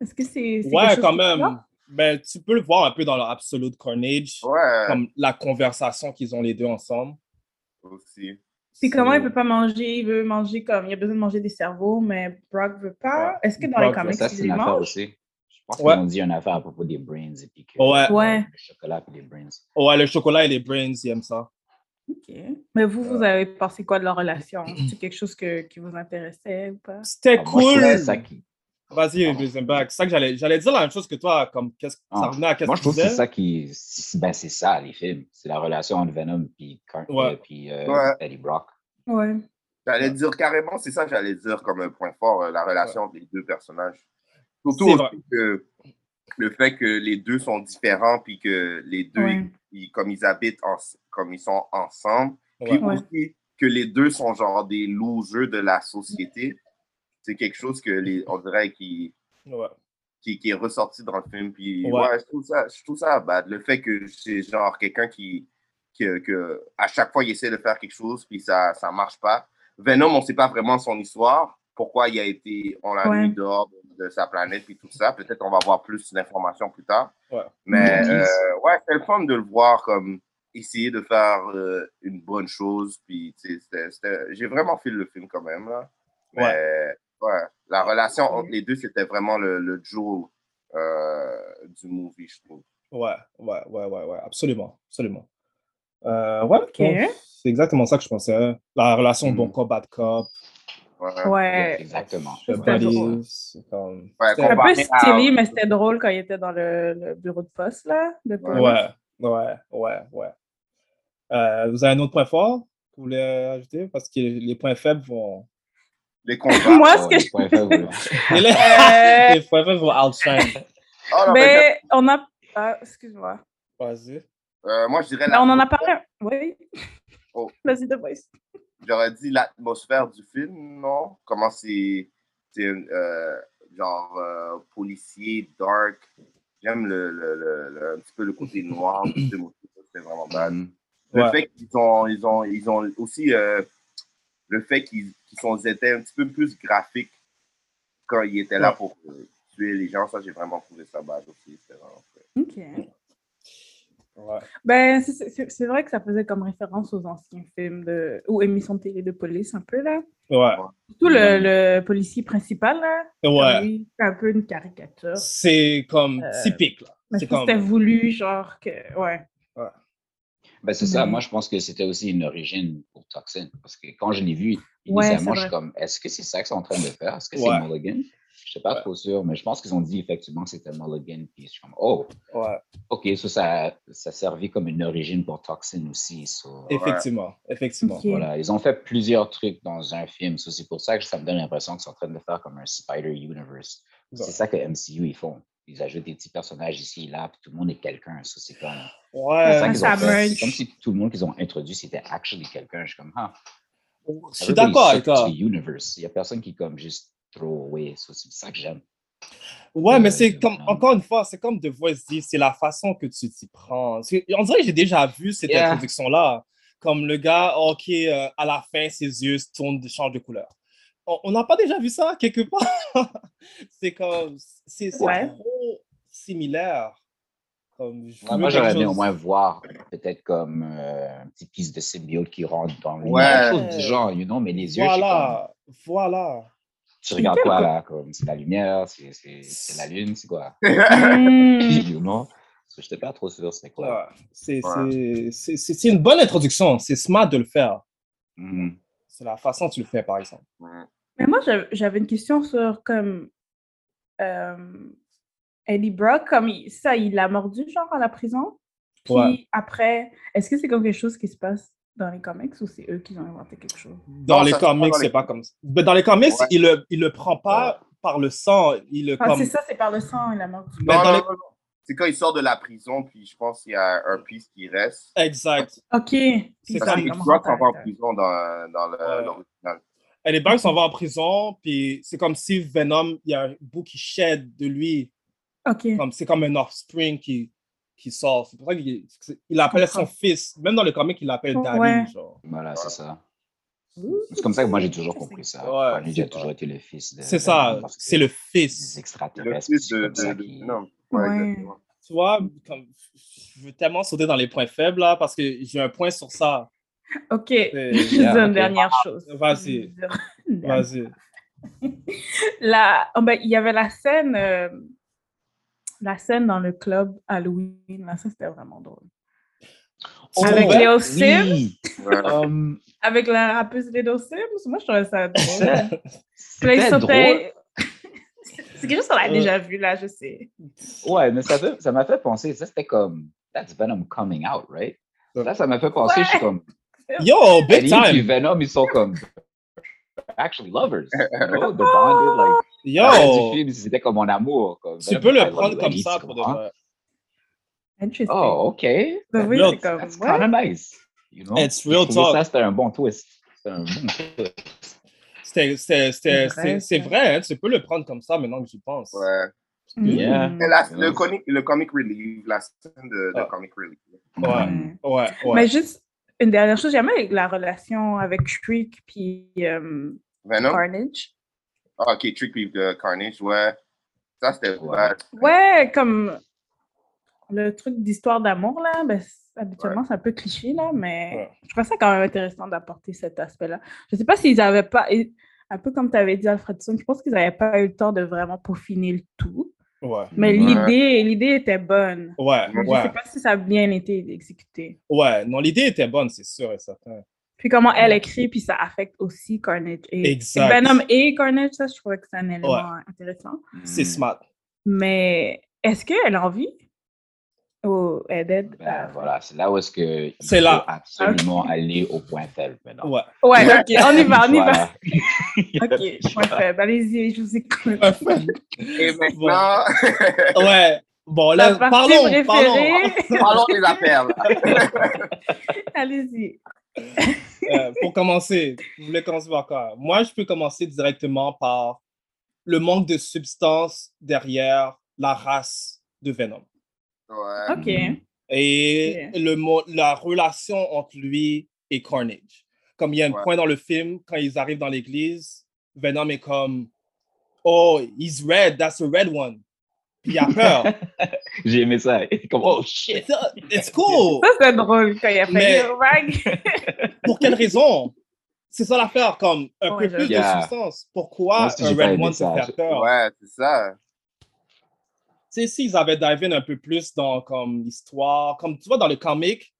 Speaker 5: Est-ce que c'est. c'est quelque
Speaker 3: Ouais,
Speaker 5: chose
Speaker 3: quand
Speaker 5: qui-
Speaker 3: même. Ben, tu peux le voir un peu dans leur Absolute Carnage, comme la conversation qu'ils ont les deux ensemble.
Speaker 4: Aussi.
Speaker 5: Puis comment il peut pas manger Il veut manger comme. Il a besoin de manger des cerveaux, mais Brock veut pas. Est-ce que dans les
Speaker 6: Brock,
Speaker 5: comics,
Speaker 6: ça, c'est
Speaker 5: ils
Speaker 6: une
Speaker 5: les
Speaker 6: affaire
Speaker 5: mangent
Speaker 6: aussi. Je pense
Speaker 3: Ouais.
Speaker 6: qu'ils ont dit une affaire à propos des brains et puis que
Speaker 3: Ouais.
Speaker 5: Ouais.
Speaker 6: le chocolat et les brains.
Speaker 3: Ouais, le chocolat et les brains, ils aiment ça.
Speaker 5: Mais vous, vous avez pensé quoi de leur relation C'est quelque chose que, qui vous intéressait ou pas
Speaker 6: Ah,
Speaker 3: C'était cool.
Speaker 6: qui-
Speaker 3: Vas-y, Blazing Back. C'est ça que j'allais, j'allais dire la même chose que toi, comme qu'est-ce que ça
Speaker 6: Ah,
Speaker 3: revenait à qu'est-ce
Speaker 6: Moi,
Speaker 3: que
Speaker 6: je
Speaker 3: tu
Speaker 6: trouve que c'est
Speaker 3: disais.
Speaker 6: ça qui. c'est- Ben, c'est ça, les films. C'est la relation entre Venom puis Car-
Speaker 4: Ouais.
Speaker 6: euh, puis, euh,
Speaker 4: Ouais.
Speaker 6: Eddie Brock.
Speaker 5: Ouais.
Speaker 4: J'allais dire carrément, c'est ça que j'allais dire comme un point fort, euh, la relation entre les deux personnages. Surtout
Speaker 3: C'est
Speaker 4: aussi
Speaker 3: vrai.
Speaker 4: que le fait que les deux sont différents, puis que les deux,
Speaker 3: Ouais.
Speaker 4: ils- ils- comme ils habitent, en- comme ils sont ensemble, puis
Speaker 3: Ouais.
Speaker 4: aussi que les deux sont genre des losers de la société, c'est quelque chose que les, on dirait qui,
Speaker 3: Ouais.
Speaker 4: qui, qui est ressorti dans le film. Puis
Speaker 3: Ouais.
Speaker 4: ouais, je, trouve ça, je trouve ça bad. Le fait que c'est genre quelqu'un qui, que, que à chaque fois il essaie de faire quelque chose, puis ça ça marche pas. Venom, on sait pas vraiment son histoire, pourquoi il a été, on l'a
Speaker 3: Ouais.
Speaker 4: mis dehors de, de sa planète, puis tout ça. Peut-être on va avoir plus d'informations plus tard.
Speaker 3: Ouais.
Speaker 4: Mais
Speaker 3: Mhm.
Speaker 4: euh, ouais, c'était le fun de le voir comme essayer de faire euh, une bonne chose. Puis tu sais, c'était- c'était- j'ai vraiment fait le film quand même. Là. Mais ouais, la relation entre les deux, c'était vraiment le, le jewel euh, du movie, je trouve.
Speaker 3: Ouais, ouais, ouais, ouais, ouais, absolument, absolument. Euh, ouais, non, c'est exactement ça que je pensais. hein. La relation
Speaker 6: Hmm.
Speaker 3: bon cop, bad cop.
Speaker 5: Ouais.
Speaker 6: Exactement.
Speaker 5: C'était drôle.
Speaker 3: c'est comme...
Speaker 5: C'était un peu stylé, mais c'était drôle quand il était dans le, le bureau de poste, là. de police.
Speaker 3: Ouais, ouais, ouais, ouais. Euh, vous avez un autre point fort que vous voulez ajouter? Parce que les points faibles vont...
Speaker 4: Les
Speaker 5: combats. Moi, ce que
Speaker 3: Les
Speaker 5: je-
Speaker 3: points faibles vont- les...
Speaker 5: Euh.
Speaker 3: les points faibles vont outshine.
Speaker 4: Ah,
Speaker 5: mais Euh, ben, on a... Ah, excuse-moi.
Speaker 3: Vas-y.
Speaker 4: Euh, moi, je dirais
Speaker 5: Mais
Speaker 4: la-
Speaker 5: Ben, on en a parlé. Oui.
Speaker 4: Oh.
Speaker 5: Vas-y, The Voice.
Speaker 4: j'aurais dit l'atmosphère du film, non? Comment c'est, c'est, euh, genre euh, policier, dark. J'aime le, le, le- le- un petit peu le côté noir du film aussi, ça, c'est vraiment bad. Le
Speaker 3: Ouais.
Speaker 4: fait qu'ils ont, ils ont, ils ont aussi euh, le fait qu'ils, qu'ils sont, ils étaient un petit peu plus graphiques quand ils étaient là
Speaker 3: Ouais.
Speaker 4: pour euh, tuer les gens, ça j'ai vraiment trouvé ça bad aussi. C'était vraiment fait.
Speaker 5: OK.
Speaker 3: Ouais.
Speaker 5: Ben, c'est- c'est c'est vrai que ça faisait comme référence aux anciens films de... ou émissions de télé de police, un peu, là.
Speaker 3: Ouais.
Speaker 5: Surtout le, le policier principal, là.
Speaker 3: Ouais.
Speaker 5: Lui, C'est un peu une caricature.
Speaker 3: C'est comme
Speaker 5: Euh,
Speaker 3: typique, là.
Speaker 5: Mais
Speaker 3: C'est
Speaker 5: je pense
Speaker 3: comme...
Speaker 5: que c'était voulu, genre que. Ouais.
Speaker 6: Ben, c'est ça.
Speaker 5: Mais-
Speaker 6: Moi, je pense que c'était aussi une origine pour Toxin. Parce que quand je l'ai vu,
Speaker 5: Ouais,
Speaker 6: initialement, je
Speaker 5: c'est
Speaker 6: suis
Speaker 5: vrai.
Speaker 6: comme, est-ce que c'est ça qu'ils sont en train de faire? Est-ce que
Speaker 3: Ouais.
Speaker 6: c'est Mulligan? Je sais pas trop sûr, mais je pense qu'ils ont dit effectivement que c'était Mulligan. Puis je suis comme, oh,
Speaker 3: Ouais.
Speaker 6: OK, ça, ça, ça servait comme une origine pour Toxin aussi. so-
Speaker 3: Effectivement, effectivement.
Speaker 5: Ok.
Speaker 6: Voilà, ils ont fait plusieurs trucs dans un film. so C'est pour ça que ça me donne l'impression qu'ils sont en train de faire comme un Spider Universe.
Speaker 3: Ouais.
Speaker 6: C'est ça que MCU, ils font. Ils ajoutent des petits personnages ici et là, puis tout le monde est quelqu'un. so c'est
Speaker 3: Euh,
Speaker 6: comme...
Speaker 3: Ouais.
Speaker 6: C'est ça qu'ils ont
Speaker 5: Ça
Speaker 6: fait.
Speaker 5: merge.
Speaker 6: C'est comme si tout le monde qu'ils ont introduit, c'était actually quelqu'un. Je suis comme, ah,
Speaker 3: Je suis d'accord avec toi.
Speaker 6: Il n'y a personne qui est comme juste trop away. so c'est ça que j'aime.
Speaker 3: Ouais, mais
Speaker 6: Euh,
Speaker 3: c'est comme,
Speaker 6: non.
Speaker 3: encore une fois, c'est comme The Voice dit, c'est la façon que tu t'y prends. C'est- On dirait que j'ai déjà vu cette
Speaker 6: Yeah.
Speaker 3: introduction-là. Comme le gars, OK, euh, à la fin, ses yeux se tournent, de- changent de couleur. On on n'a pas déjà vu ça quelque part. c'est comme, c'est c'est
Speaker 5: Ouais.
Speaker 3: trop similaire. Comme, je
Speaker 6: Ouais,
Speaker 3: veux
Speaker 6: moi,
Speaker 3: quelque
Speaker 6: j'aurais aimé
Speaker 3: chose-
Speaker 6: au moins voir peut-être comme euh, un petit piece de symbiote qui rentre dans lui.
Speaker 4: Ouais.
Speaker 6: Quelque chose du genre, you know, mais les yeux, je suis comme,
Speaker 3: Voilà, voilà.
Speaker 6: tu regardes
Speaker 5: Quel-
Speaker 6: quoi là? Comme, c'est la lumière, c'est c'est- c'est la lune, c'est quoi?
Speaker 3: Mm.
Speaker 5: Hmm.
Speaker 6: you know? So, j'étais pas trop sûr c'était quoi.
Speaker 3: Ouais, C'est
Speaker 4: Ouais.
Speaker 3: c'est- c'est- c'est- c'est une bonne introduction. C'est smart de le faire.
Speaker 6: Mhm.
Speaker 3: C'est la façon que tu le fais, par exemple.
Speaker 4: Mm.
Speaker 5: Mais moi, j'av- j'avais une question sur comme. euh, Eddie Brock, comme il- ça, il l'a mordu, genre, à la prison. Puis
Speaker 3: Ouais.
Speaker 5: après, est-ce que c'est comme quelque chose qui se passe dans les comics ou c'est eux qui ont inventé quelque chose?
Speaker 3: Dans
Speaker 4: Non,
Speaker 3: les
Speaker 4: ça se prend
Speaker 3: comics,
Speaker 4: dans les-
Speaker 3: c'est pas comme ça. Mais dans les comics,
Speaker 4: Ouais.
Speaker 3: il le, il le prend pas par le sang. Il le
Speaker 5: Ah,
Speaker 3: comme... Ben,
Speaker 5: c'est ça, c'est par le sang, il l'a mordu.
Speaker 3: Mais
Speaker 4: Non,
Speaker 3: dans
Speaker 4: non,
Speaker 3: les-
Speaker 4: non, non. C'est quand il sort de la prison, puis je pense qu'il y a un piece qui reste.
Speaker 3: Exact.
Speaker 5: Ok. Puis
Speaker 3: C'est ça,
Speaker 4: Parce
Speaker 5: ça,
Speaker 4: que
Speaker 3: mais
Speaker 4: les
Speaker 5: comme
Speaker 4: Crocs
Speaker 5: rentre Ah, à
Speaker 4: s'en vont en
Speaker 5: l'intérieur.
Speaker 4: prison dans, dans le-
Speaker 3: Ouais.
Speaker 4: l'original.
Speaker 3: Et les Bugs s'en vont en prison, puis c'est comme si Venom, il y a un bout qui shed de lui.
Speaker 5: Ok.
Speaker 3: Comme, c'est comme un offspring qui, qui sort. C'est pour ça qu'il il appelle son fils. Même dans le comic, il l'appelle Danny.
Speaker 5: Ouais.
Speaker 3: genre.
Speaker 6: Voilà, c'est ça. C'est comme ça que moi, j'ai toujours compris ça.
Speaker 3: Ouais,
Speaker 6: Connie,
Speaker 3: c'est
Speaker 6: j'ai toujours été le fils de.
Speaker 3: C'est ça,
Speaker 6: parce que
Speaker 3: c'est le fils.
Speaker 6: Des
Speaker 4: Le
Speaker 6: extraterrestres,
Speaker 4: fils
Speaker 6: c'est
Speaker 4: de,
Speaker 6: comme ça
Speaker 4: de- de-
Speaker 6: qui-
Speaker 4: non, ouais,
Speaker 5: Ouais.
Speaker 4: exactement.
Speaker 3: tu vois, comme, je veux tellement sauter dans les points faibles là, parce que j'ai un point sur ça.
Speaker 5: Ok.
Speaker 3: C'est-
Speaker 5: Juste
Speaker 3: yeah, ok.
Speaker 5: une
Speaker 3: Ah,
Speaker 5: dernière chose.
Speaker 3: Vas-y.
Speaker 5: Une dernière
Speaker 3: Vas-y.
Speaker 5: La- oh ben, il y avait la scène, euh, la scène dans le club Halloween. Là, ça, c'était vraiment drôle.
Speaker 3: Oh,
Speaker 5: Avec
Speaker 3: ouais.
Speaker 5: Léo Sims,
Speaker 6: Oui!
Speaker 4: Ouais.
Speaker 6: Um,
Speaker 5: avec la rappeuse Léo Sims. Moi, je trouvais ça drôle. Puis là, il
Speaker 6: c'était drôle.
Speaker 5: sautait- C'est quelque chose qu'on a
Speaker 3: Euh.
Speaker 5: déjà vu, là, je sais.
Speaker 6: Ouais, mais ça fait- ça m'a fait penser, ça c'était comme That's Venom coming out, right?
Speaker 3: Ouais.
Speaker 6: Là, ça m'a fait penser, je suis comme
Speaker 3: Yo, big
Speaker 6: Eddie puis
Speaker 3: time.
Speaker 6: Venom, ils sont comme actually lovers. You know? They're bonded, like, la fin
Speaker 3: Yo,
Speaker 6: du film, c'était comme mon amour. Comme,
Speaker 3: Oh. tu
Speaker 6: Venom,
Speaker 3: peux
Speaker 6: I
Speaker 3: le
Speaker 6: love
Speaker 3: prendre
Speaker 6: you,
Speaker 3: comme
Speaker 6: Eddie,
Speaker 3: ça
Speaker 6: tu
Speaker 3: pour de
Speaker 6: comprends?
Speaker 3: vrai.
Speaker 5: Interesting.
Speaker 6: Oh, OK.
Speaker 5: Ben oui,
Speaker 3: real-
Speaker 5: c'est comme,
Speaker 6: That's
Speaker 5: ouais.
Speaker 6: kind of nice. You know?
Speaker 3: It's
Speaker 6: Je
Speaker 3: real
Speaker 6: trouvais
Speaker 3: talk.
Speaker 6: Ça, c'était un bon twist. C'était un bon twist.
Speaker 3: C'était- c'était- c'était-
Speaker 5: C'est
Speaker 3: C'est
Speaker 5: vrai,
Speaker 3: c'est
Speaker 5: ça.
Speaker 3: vrai, hein, tu peux le prendre comme ça maintenant que j'y pense.
Speaker 4: Ouais.
Speaker 6: Yeah.
Speaker 5: Mm.
Speaker 4: Mais la-
Speaker 6: Ouais.
Speaker 4: le, comic, le comic relief, la scène de, de
Speaker 3: Ah.
Speaker 4: comic relief.
Speaker 3: Ouais,
Speaker 6: Mm.
Speaker 5: Ouais.
Speaker 3: ouais, ouais.
Speaker 5: Mais juste une dernière chose, j'aimais la relation avec Shriek puis euh,
Speaker 4: Venom?
Speaker 5: Carnage.
Speaker 4: Ah, ok, Trick Relief de Carnage, ouais. Ça, c'était
Speaker 6: Ouais.
Speaker 4: bad.
Speaker 5: Ouais, comme le truc d'histoire d'amour, là, ben, c- habituellement, c'est un peu cliché, là, mais
Speaker 3: Ouais.
Speaker 5: je trouvais ça quand même intéressant d'apporter cet aspect-là. Je sais pas s'ils avaient pas, et- un peu comme tu avais dit, Alfredson, je pense qu'ils n'avaient pas eu le temps de vraiment peaufiner le tout.
Speaker 3: Ouais.
Speaker 5: Mais l'idée, l'idée était bonne.
Speaker 3: Ouais,
Speaker 5: Mais Je
Speaker 3: ouais.
Speaker 5: sais pas si ça a bien été exécuté.
Speaker 3: Ouais, non, l'idée était bonne, c'est sûr et certain.
Speaker 5: Puis comment elle écrit, puis ça affecte aussi Carnage. Et,
Speaker 3: Exact.
Speaker 5: et Venom et Carnage, ça, je trouvais que c'est un élément
Speaker 3: Ouais.
Speaker 5: intéressant.
Speaker 6: Mm.
Speaker 3: C'est smart.
Speaker 5: Mais est-ce qu'elle a envie? Ou elle est dead? Euh,
Speaker 6: Ben, voilà, c'est là où est-ce que
Speaker 3: C'est
Speaker 6: il
Speaker 3: là.
Speaker 6: faut absolument aller au point faible maintenant.
Speaker 3: Ouais.
Speaker 5: Ouais, ok, on y va, on y va.
Speaker 6: Voilà.
Speaker 5: Ok, point faible. Allez-y, je vous écoute.
Speaker 3: Euh,
Speaker 4: Et maintenant,
Speaker 3: Ouais. Bon, là,
Speaker 5: Ta partie
Speaker 3: euh, parlons, parlons.
Speaker 5: préférée.
Speaker 4: parlons des affaires.
Speaker 5: Allez-y.
Speaker 3: Euh, pour commencer, vous voulez commencer par quoi Moi, je peux commencer directement par le manque de substance derrière la race de Venom.
Speaker 4: Ouais.
Speaker 5: Ok.
Speaker 3: et
Speaker 5: Ok.
Speaker 3: le mo- la relation entre lui et Carnage. Comme il y a un
Speaker 4: Ouais.
Speaker 3: point dans le film, quand ils arrivent dans l'église, Venom est comme Oh, he's red, that's a red one. Puis il a peur.
Speaker 6: J'ai aimé ça. Comme, oh shit.
Speaker 3: it's, uh, it's cool.
Speaker 5: Ça, c'est drôle quand il a fait
Speaker 3: Mais-
Speaker 5: Yo, Rag.
Speaker 3: Pour quelle raison C'est ça l'affaire, comme un
Speaker 5: Ouais,
Speaker 3: peu plus
Speaker 6: j'avoue.
Speaker 3: de substance. Pourquoi
Speaker 6: Moi
Speaker 3: un
Speaker 6: aussi, j'ai pas
Speaker 3: red
Speaker 6: aimé
Speaker 3: one se
Speaker 6: ça.
Speaker 3: fait peur
Speaker 4: Ouais, c'est ça.
Speaker 3: tu sais, s'ils avaient dive in un peu plus dans comme l'histoire, comme tu vois dans le comic,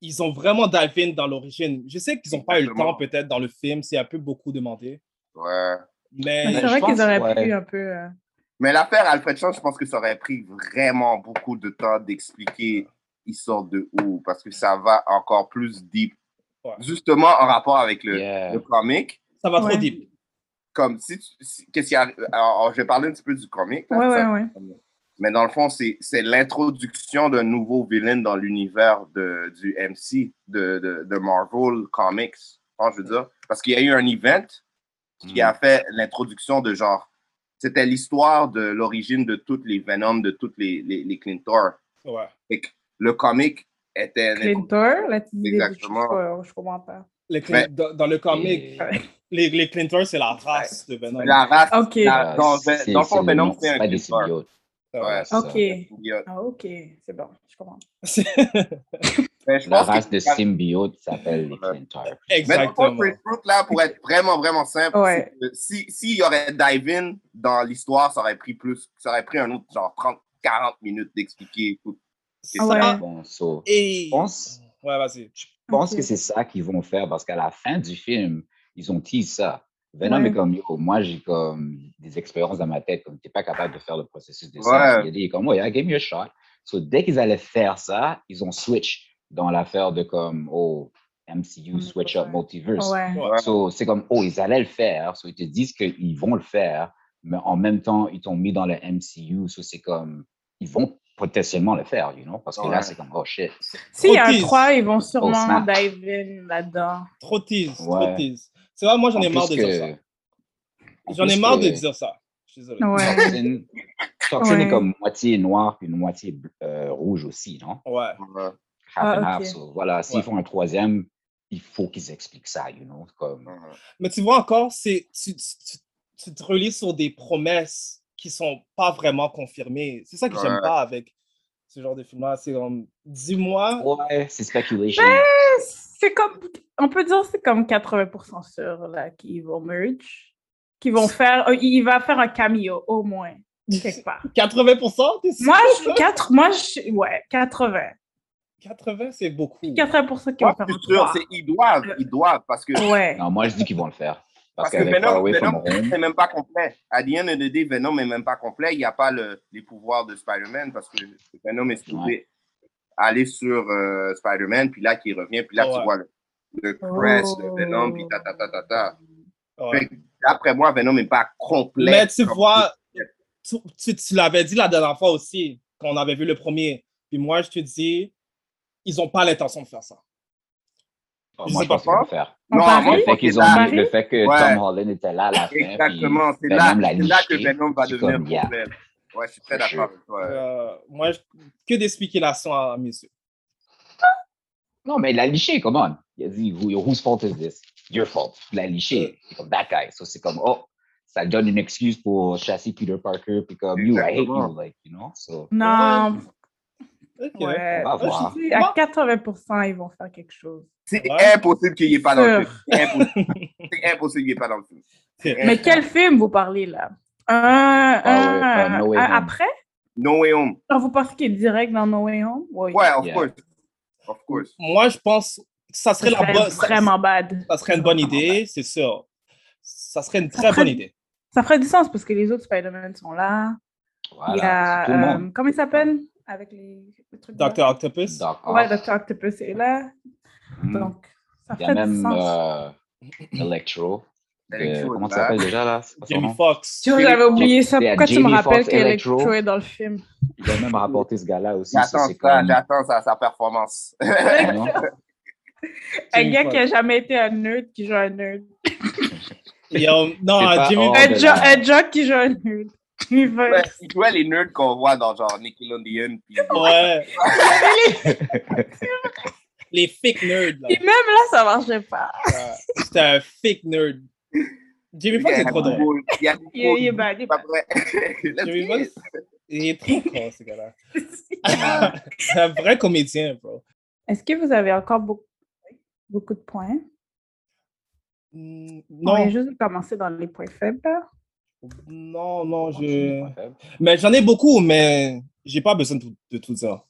Speaker 3: ils ont vraiment dive in dans l'origine. Je sais qu'ils n'ont pas eu le
Speaker 4: Exactement.
Speaker 3: temps peut-être dans le film, c'est un peu beaucoup demandé,
Speaker 4: Ouais.
Speaker 5: Mais
Speaker 3: mais
Speaker 5: C'est vrai
Speaker 6: pense,
Speaker 5: qu'ils auraient
Speaker 6: ouais.
Speaker 5: pu un peu. euh,
Speaker 4: Mais l'affaire Alfred Chan, je pense que ça aurait pris vraiment beaucoup de temps d'expliquer il sort de où, parce que ça va encore plus deep.
Speaker 3: Ouais.
Speaker 4: Justement, en rapport avec le,
Speaker 6: Yeah.
Speaker 4: le comic,
Speaker 3: ça va
Speaker 5: Ouais.
Speaker 3: trop deep.
Speaker 4: comme si, tu- si- qu'est-ce qu'il y a, alors, je vais parler un petit peu du comic, là,
Speaker 5: Ouais,
Speaker 4: ça-
Speaker 5: ouais, ouais.
Speaker 4: mais dans le fond, c'est c'est l'introduction d'un nouveau villain dans l'univers de- du MC, de, de, de Marvel Comics, je pense, je veux dire, parce qu'il y a eu un event qui
Speaker 6: Hmm.
Speaker 4: a fait l'introduction de genre. C'était l'histoire de l'origine de toutes les Venom, de toutes les, les, les Clintor.
Speaker 3: Ouais.
Speaker 4: Fait que le comic était.
Speaker 5: Clintor, là, tu dis des-
Speaker 4: Exactement.
Speaker 5: je sais pas, Je comprends pas.
Speaker 3: Les Clin-
Speaker 4: Mais-
Speaker 3: dans, dans le comic,
Speaker 6: Et-
Speaker 3: les, les Clintons, c'est la race de Venom.
Speaker 4: La race.
Speaker 5: Ok.
Speaker 4: la- dans,
Speaker 6: c'est-
Speaker 4: dans le fond,
Speaker 6: c'est
Speaker 4: Venom,
Speaker 6: nom,
Speaker 4: c'est un
Speaker 6: pas des
Speaker 4: Clintor.
Speaker 6: symbiotes.
Speaker 3: Ouais.
Speaker 6: c'est ça.
Speaker 5: Ok.
Speaker 4: Symbiote.
Speaker 5: Ah, ok. C'est bon, je comprends.
Speaker 4: Mais Ben, je
Speaker 6: La
Speaker 4: pense que-
Speaker 6: race de symbiotes s'appelle les Clintar.
Speaker 4: Mais dans le fond,
Speaker 3: Exactement.
Speaker 4: Fresh Fruit, là, pour être vraiment, vraiment simple,
Speaker 5: Ouais.
Speaker 4: c'est que si, s'il y aurait dive-in dans l'histoire, ça aurait pris plus, ça aurait pris un autre genre 30, 40 minutes d'expliquer tout.
Speaker 5: Ah ouais.
Speaker 6: Bon, so,
Speaker 3: Et...
Speaker 6: je pense,
Speaker 3: Ouais, vas-y.
Speaker 6: je pense
Speaker 5: Ok.
Speaker 6: que c'est ça qu'ils vont faire parce qu'à la fin du film, ils ont teasé ça. Venom
Speaker 5: Ouais.
Speaker 6: est comme, yo, moi, j'ai comme des expériences dans ma tête, comme tu n'es pas capable de faire le processus de
Speaker 4: Ouais.
Speaker 6: ça. Il a dit, comme, yeah, give me a shot. So, dès qu'ils allaient faire ça, ils ont switch dans l'affaire de comme, oh, MCU,
Speaker 5: Ouais.
Speaker 6: switch up, multiverse.
Speaker 5: Mm. Ouais.
Speaker 3: Ouais.
Speaker 6: So, c'est comme, oh, ils allaient le faire. So, ils te disent qu'ils vont le faire, mais en même temps, ils t'ont mis dans le MCU. So, c'est comme, ils vont potentiellement le faire, you know, parce que là,
Speaker 4: Ouais.
Speaker 6: c'est comme, oh shit.
Speaker 5: S'il y a un
Speaker 3: Otis.
Speaker 5: 3, ils vont sûrement
Speaker 6: snap.
Speaker 5: dive in là-dedans.
Speaker 3: Trop tease, trop
Speaker 6: Ouais.
Speaker 3: tease. C'est vrai, moi, j'en ai
Speaker 6: En
Speaker 3: marre de
Speaker 6: plus
Speaker 3: dire
Speaker 6: que-
Speaker 3: ça.
Speaker 6: en
Speaker 3: J'en ai
Speaker 6: plus
Speaker 3: marre
Speaker 6: que
Speaker 3: de dire ça. Je suis désolé.
Speaker 5: Ouais.
Speaker 6: Toxin, Toxin
Speaker 5: Ouais.
Speaker 6: est comme moitié noir puis une moitié euh, rouge aussi, non?
Speaker 3: Ouais.
Speaker 4: Ouais.
Speaker 6: Half and
Speaker 5: Ah,
Speaker 6: half,
Speaker 5: ok.
Speaker 6: so, voilà, s'ils
Speaker 3: Ouais.
Speaker 6: font un troisième, il faut qu'ils expliquent ça, you know? Comme,
Speaker 3: Mais tu vois encore, c'est tu, tu, tu- tu te relis sur des promesses qui sont pas vraiment confirmées. C'est ça que j'aime
Speaker 4: Ouais.
Speaker 3: pas avec ce genre de film-là. C'est comme, dis-moi,
Speaker 6: ouais, c'est speculation.
Speaker 5: C'est comme, on peut dire c'est comme 80% sûr là qu'ils vont merge, qu'ils vont faire, euh, il va faire un cameo au moins quelque part.
Speaker 3: 80%, t'es sûr?
Speaker 5: Moi, je, quatre, moi, je, ouais, 80.
Speaker 3: 80, c'est beaucoup.
Speaker 5: 80% qui
Speaker 4: Moi,
Speaker 5: vont faire
Speaker 4: je
Speaker 5: un
Speaker 4: suis sûr,
Speaker 5: trois.
Speaker 4: c'est, ils doivent, ils doivent, parce que,
Speaker 5: Ouais.
Speaker 6: Non, moi, je dis qu'ils vont le faire. Parce,
Speaker 4: parce que
Speaker 6: qu'avec Far
Speaker 4: Venom,
Speaker 6: Away From
Speaker 4: Venom,
Speaker 6: Home,
Speaker 4: c'est même pas complet. À the end of the day, Venom est même pas complet. Il n'y a pas le, les pouvoirs de Spider-Man, parce que Venom est supposé
Speaker 6: Ouais.
Speaker 4: aller sur euh, Spider-Man, puis là, qui revient, puis là,
Speaker 3: Ouais.
Speaker 4: tu vois le, le crest
Speaker 5: Oh.
Speaker 4: de Venom, puis ta, ta, ta, ta, ta.
Speaker 3: Ouais.
Speaker 4: Fait que, D'après moi, Venom n'est pas complet.
Speaker 3: Mais tu
Speaker 4: Comme-
Speaker 3: vois, tu, tu- tu l'avais dit la dernière fois aussi, quand on avait vu le premier. Puis moi, je te dis, ils ont pas l'intention de faire ça.
Speaker 6: oh,
Speaker 3: je
Speaker 6: moi,
Speaker 3: sais
Speaker 6: je
Speaker 3: pas
Speaker 6: pense qu'ils vont
Speaker 4: quoi.
Speaker 6: le faire.
Speaker 5: On
Speaker 4: Non,
Speaker 5: parie?
Speaker 4: Ah,
Speaker 6: Le
Speaker 4: moi, je
Speaker 6: fait,
Speaker 4: pense que
Speaker 6: qu'ils ont
Speaker 4: là-
Speaker 5: là.
Speaker 6: mis- le fait que
Speaker 4: Ouais.
Speaker 6: Tom Holland était là à la fin,
Speaker 4: Exactement, c'est
Speaker 6: puis
Speaker 4: là,
Speaker 6: Venom l'a
Speaker 4: c'est là que
Speaker 6: liché,
Speaker 4: Venom va
Speaker 6: c'est
Speaker 4: devenir
Speaker 6: comme, yeah.
Speaker 4: complet. Ouais, je suis très
Speaker 6: For sure.
Speaker 4: d'accord avec toi.
Speaker 3: Euh, moi, je- que des spéculations à, à mes yeux.
Speaker 6: Non, mais il l'a liché, come on. Il a dit, who- whose fault is this? Your fault. Il l'a liché. C'est comme, that guy. So c'est comme, oh, ça donne une excuse pour chasser Peter Parker, puis comme, you, I hate you,
Speaker 4: Exactement.
Speaker 6: like, you know? So,
Speaker 5: Non,
Speaker 3: Ok. Euh,
Speaker 5: ouais.
Speaker 6: on va voir.
Speaker 5: Je dis, à 80%, ils vont faire quelque chose.
Speaker 4: C'est
Speaker 3: Ouais.
Speaker 4: impossible qu'il n'y ait pas dans le film. C'est impossible, C'est impossible qu'il n'y ait pas dans le film.
Speaker 3: C'est-
Speaker 5: Mais quel film vous parlez là? Un,
Speaker 6: Ah ouais,
Speaker 5: un-
Speaker 6: euh, No Way
Speaker 5: un
Speaker 6: Home.
Speaker 5: après?
Speaker 4: No Way Home.
Speaker 5: Alors, vous pensez qu'il est direct dans No Way Home? Oui.
Speaker 4: Ouais, of course. Of course.
Speaker 3: Moi, je pense que ça serait
Speaker 5: Ça
Speaker 3: la
Speaker 5: serait
Speaker 3: bonne. ça-
Speaker 5: vraiment bad.
Speaker 3: Ça serait une bonne idée, c'est sûr. Ça serait une très bonne idée.
Speaker 5: Ça ferait du sens parce que les autres Spider-Man sont là.
Speaker 3: Voilà,
Speaker 5: il y a,
Speaker 3: c'est tout le
Speaker 5: euh,
Speaker 3: monde.
Speaker 5: comment il s'appelle? Avec les, les trucs. de-
Speaker 3: Dr. Octopus.
Speaker 5: euh, Ouais, Dr. Octopus est là. Donc,
Speaker 6: ah,
Speaker 5: ça
Speaker 6: hmm. Il y a
Speaker 5: ferait du
Speaker 6: même
Speaker 5: sens.
Speaker 6: euh, Electro. de-
Speaker 5: Electro
Speaker 6: comment
Speaker 5: est
Speaker 6: ça s'appelle
Speaker 5: là.
Speaker 6: déjà là C'est quoi son
Speaker 3: Jamie
Speaker 6: nom?
Speaker 3: Foxx.
Speaker 5: Tu vois, j'avais oublié ça.
Speaker 6: Il y a
Speaker 5: Pourquoi tu me
Speaker 6: Jamie
Speaker 5: rappelles
Speaker 6: Foxx, Electro.
Speaker 5: qu'Electro est dans le film?
Speaker 6: Il a même rapporté ce gars-là aussi. ça,
Speaker 4: J'attends
Speaker 6: c'est
Speaker 4: ça,
Speaker 6: comme-
Speaker 4: j'attends sa, sa performance.
Speaker 5: Un
Speaker 4: Jamie
Speaker 5: gars qui a
Speaker 4: Foxx.
Speaker 5: jamais été un nerd qui joue un nerd.
Speaker 6: Oh,
Speaker 3: Yo, non,
Speaker 4: C'est pas
Speaker 3: Jimmy
Speaker 4: hors
Speaker 6: ben
Speaker 5: Un
Speaker 4: de
Speaker 5: jo-
Speaker 4: la-
Speaker 5: un jock qui joue un nerd. Il va-
Speaker 4: Ouais, il jouait les nerds qu'on voit dans genre Nickelodeon. Puis...
Speaker 3: Ouais. Les fake nerds, là.
Speaker 5: Puis même là, ça marchait pas.
Speaker 3: C'était un fake nerd. Jimmy Foxx est trop drôle.
Speaker 4: Il y a
Speaker 5: Il est- il est bad, il est bad.
Speaker 3: Jimmy Foxx, il est trop con, ce gars-là. C'est un vrai comédien, bro.
Speaker 5: Est-ce que vous avez encore beaucoup, beaucoup de points?
Speaker 3: Mm, non.
Speaker 5: On vient juste de commencer dans les points faibles. là.
Speaker 3: Non, non, je. Mais j'en ai beaucoup, mais j'ai pas besoin de, tout- de tout ça.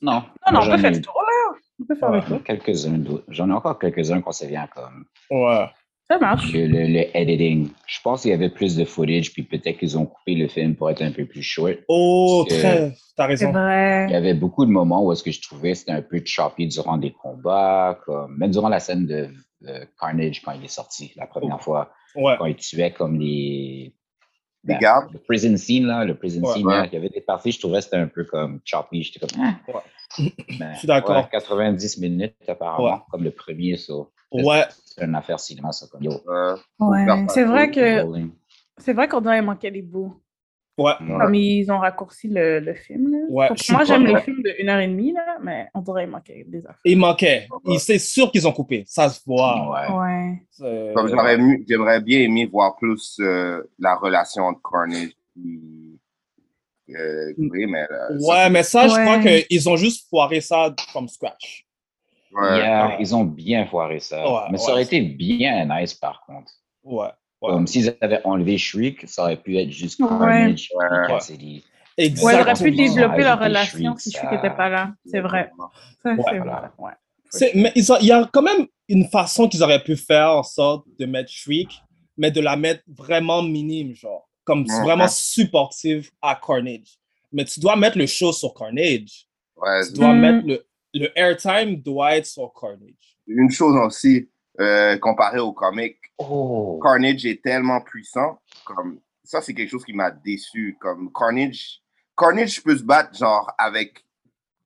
Speaker 6: Non.
Speaker 5: Non, non, on
Speaker 6: J'en
Speaker 5: peut
Speaker 6: ai-
Speaker 5: faire le tour là. On peut faire le tour.
Speaker 6: Ouais, quelques-uns d'autres. J'en ai encore quelques-uns qu'on se vient comme.
Speaker 3: Ouais.
Speaker 5: Ça marche.
Speaker 6: Le, le- le editing. Je pense qu'il y avait plus de footage, puis peut-être qu'ils ont coupé le film pour être un peu plus short.
Speaker 3: Oh,
Speaker 6: Parce que
Speaker 3: très. T'as raison.
Speaker 5: vrai.
Speaker 6: Il y avait beaucoup de moments où est-ce que je trouvais que c'était un peu choppy durant des combats, comme, même durant la scène de, de Carnage quand il est sorti la
Speaker 3: Oh.
Speaker 6: première fois,
Speaker 3: Ouais.
Speaker 6: quand il tuait comme les.
Speaker 4: Les
Speaker 6: ben,
Speaker 4: gardes.
Speaker 6: Le prison scene, là, le prison
Speaker 4: Ouais.
Speaker 6: scene, là, il y avait des parties, je trouvais que c'était un peu comme choppy. J'étais comme. Ah. Ben,
Speaker 3: Je suis d'accord.
Speaker 6: ouais, 90 minutes, apparemment,
Speaker 3: Ouais.
Speaker 6: comme le premier, ça.
Speaker 3: Ouais.
Speaker 6: C'est une affaire cinéma, ça, comme yo.
Speaker 5: Ouais. C'est vrai que
Speaker 6: Rolling.
Speaker 5: c'est vrai qu'on dirait qu'il manquait des bouts.
Speaker 3: Ouais.
Speaker 5: Comme ils ont raccourci le, le film. là.
Speaker 3: Ouais,
Speaker 5: Pour-
Speaker 3: je suis
Speaker 5: Moi,
Speaker 3: pas-
Speaker 5: j'aime les
Speaker 3: ouais.
Speaker 5: films de 1h30, là, mais on dirait qu'il manquait des affaires.
Speaker 3: Il manquait. Il- C'est sûr qu'ils ont coupé. Ça se voit.
Speaker 5: Ouais.
Speaker 3: C'est-
Speaker 4: Comme j'aurais aimé- j'aimerais bien aimé voir plus euh, la relation entre Carnage et euh, Grey, mais là, ça,
Speaker 3: Ouais, mais ça, je crois
Speaker 6: Ouais.
Speaker 3: qu'ils ont juste foiré ça from scratch.
Speaker 4: Ouais.
Speaker 6: Yeah,
Speaker 3: Ouais.
Speaker 6: Ils ont bien foiré ça.
Speaker 3: Ouais,
Speaker 6: Mais ça
Speaker 3: ouais.
Speaker 6: aurait été bien nice, par contre.
Speaker 3: Ouais.
Speaker 6: Comme s'ils avaient enlevé Shriek, ça aurait pu être juste
Speaker 5: Ouais.
Speaker 6: Carnage et
Speaker 4: Ouais.
Speaker 6: Cassidy.
Speaker 5: Ouais,
Speaker 3: Exactement.
Speaker 5: ils auraient pu développer leur
Speaker 6: Ajouter
Speaker 5: relation
Speaker 6: Shriek,
Speaker 5: si
Speaker 6: ça-
Speaker 5: je n'étais pas là. C'est vrai. Ça,
Speaker 3: Ouais.
Speaker 5: c'est
Speaker 6: Voilà.
Speaker 5: vrai. Ouais.
Speaker 3: C'est- mais ils ont- il y a quand même une façon qu'ils auraient pu faire en sorte de mettre Shriek, mais de la mettre vraiment minime, genre, comme
Speaker 4: Mhm.
Speaker 3: vraiment supportive à Carnage. Mais tu dois mettre le show sur Carnage.
Speaker 4: Ouais,
Speaker 3: Tu dois
Speaker 4: Mhm.
Speaker 3: mettre le, le airtime doit être sur Carnage.
Speaker 4: Une chose aussi, euh, comparé au comic,
Speaker 6: Oh.
Speaker 4: Carnage est tellement puissant. Comme, ça, c'est quelque chose qui m'a déçu. Comme Carnage, Carnage peut se battre genre avec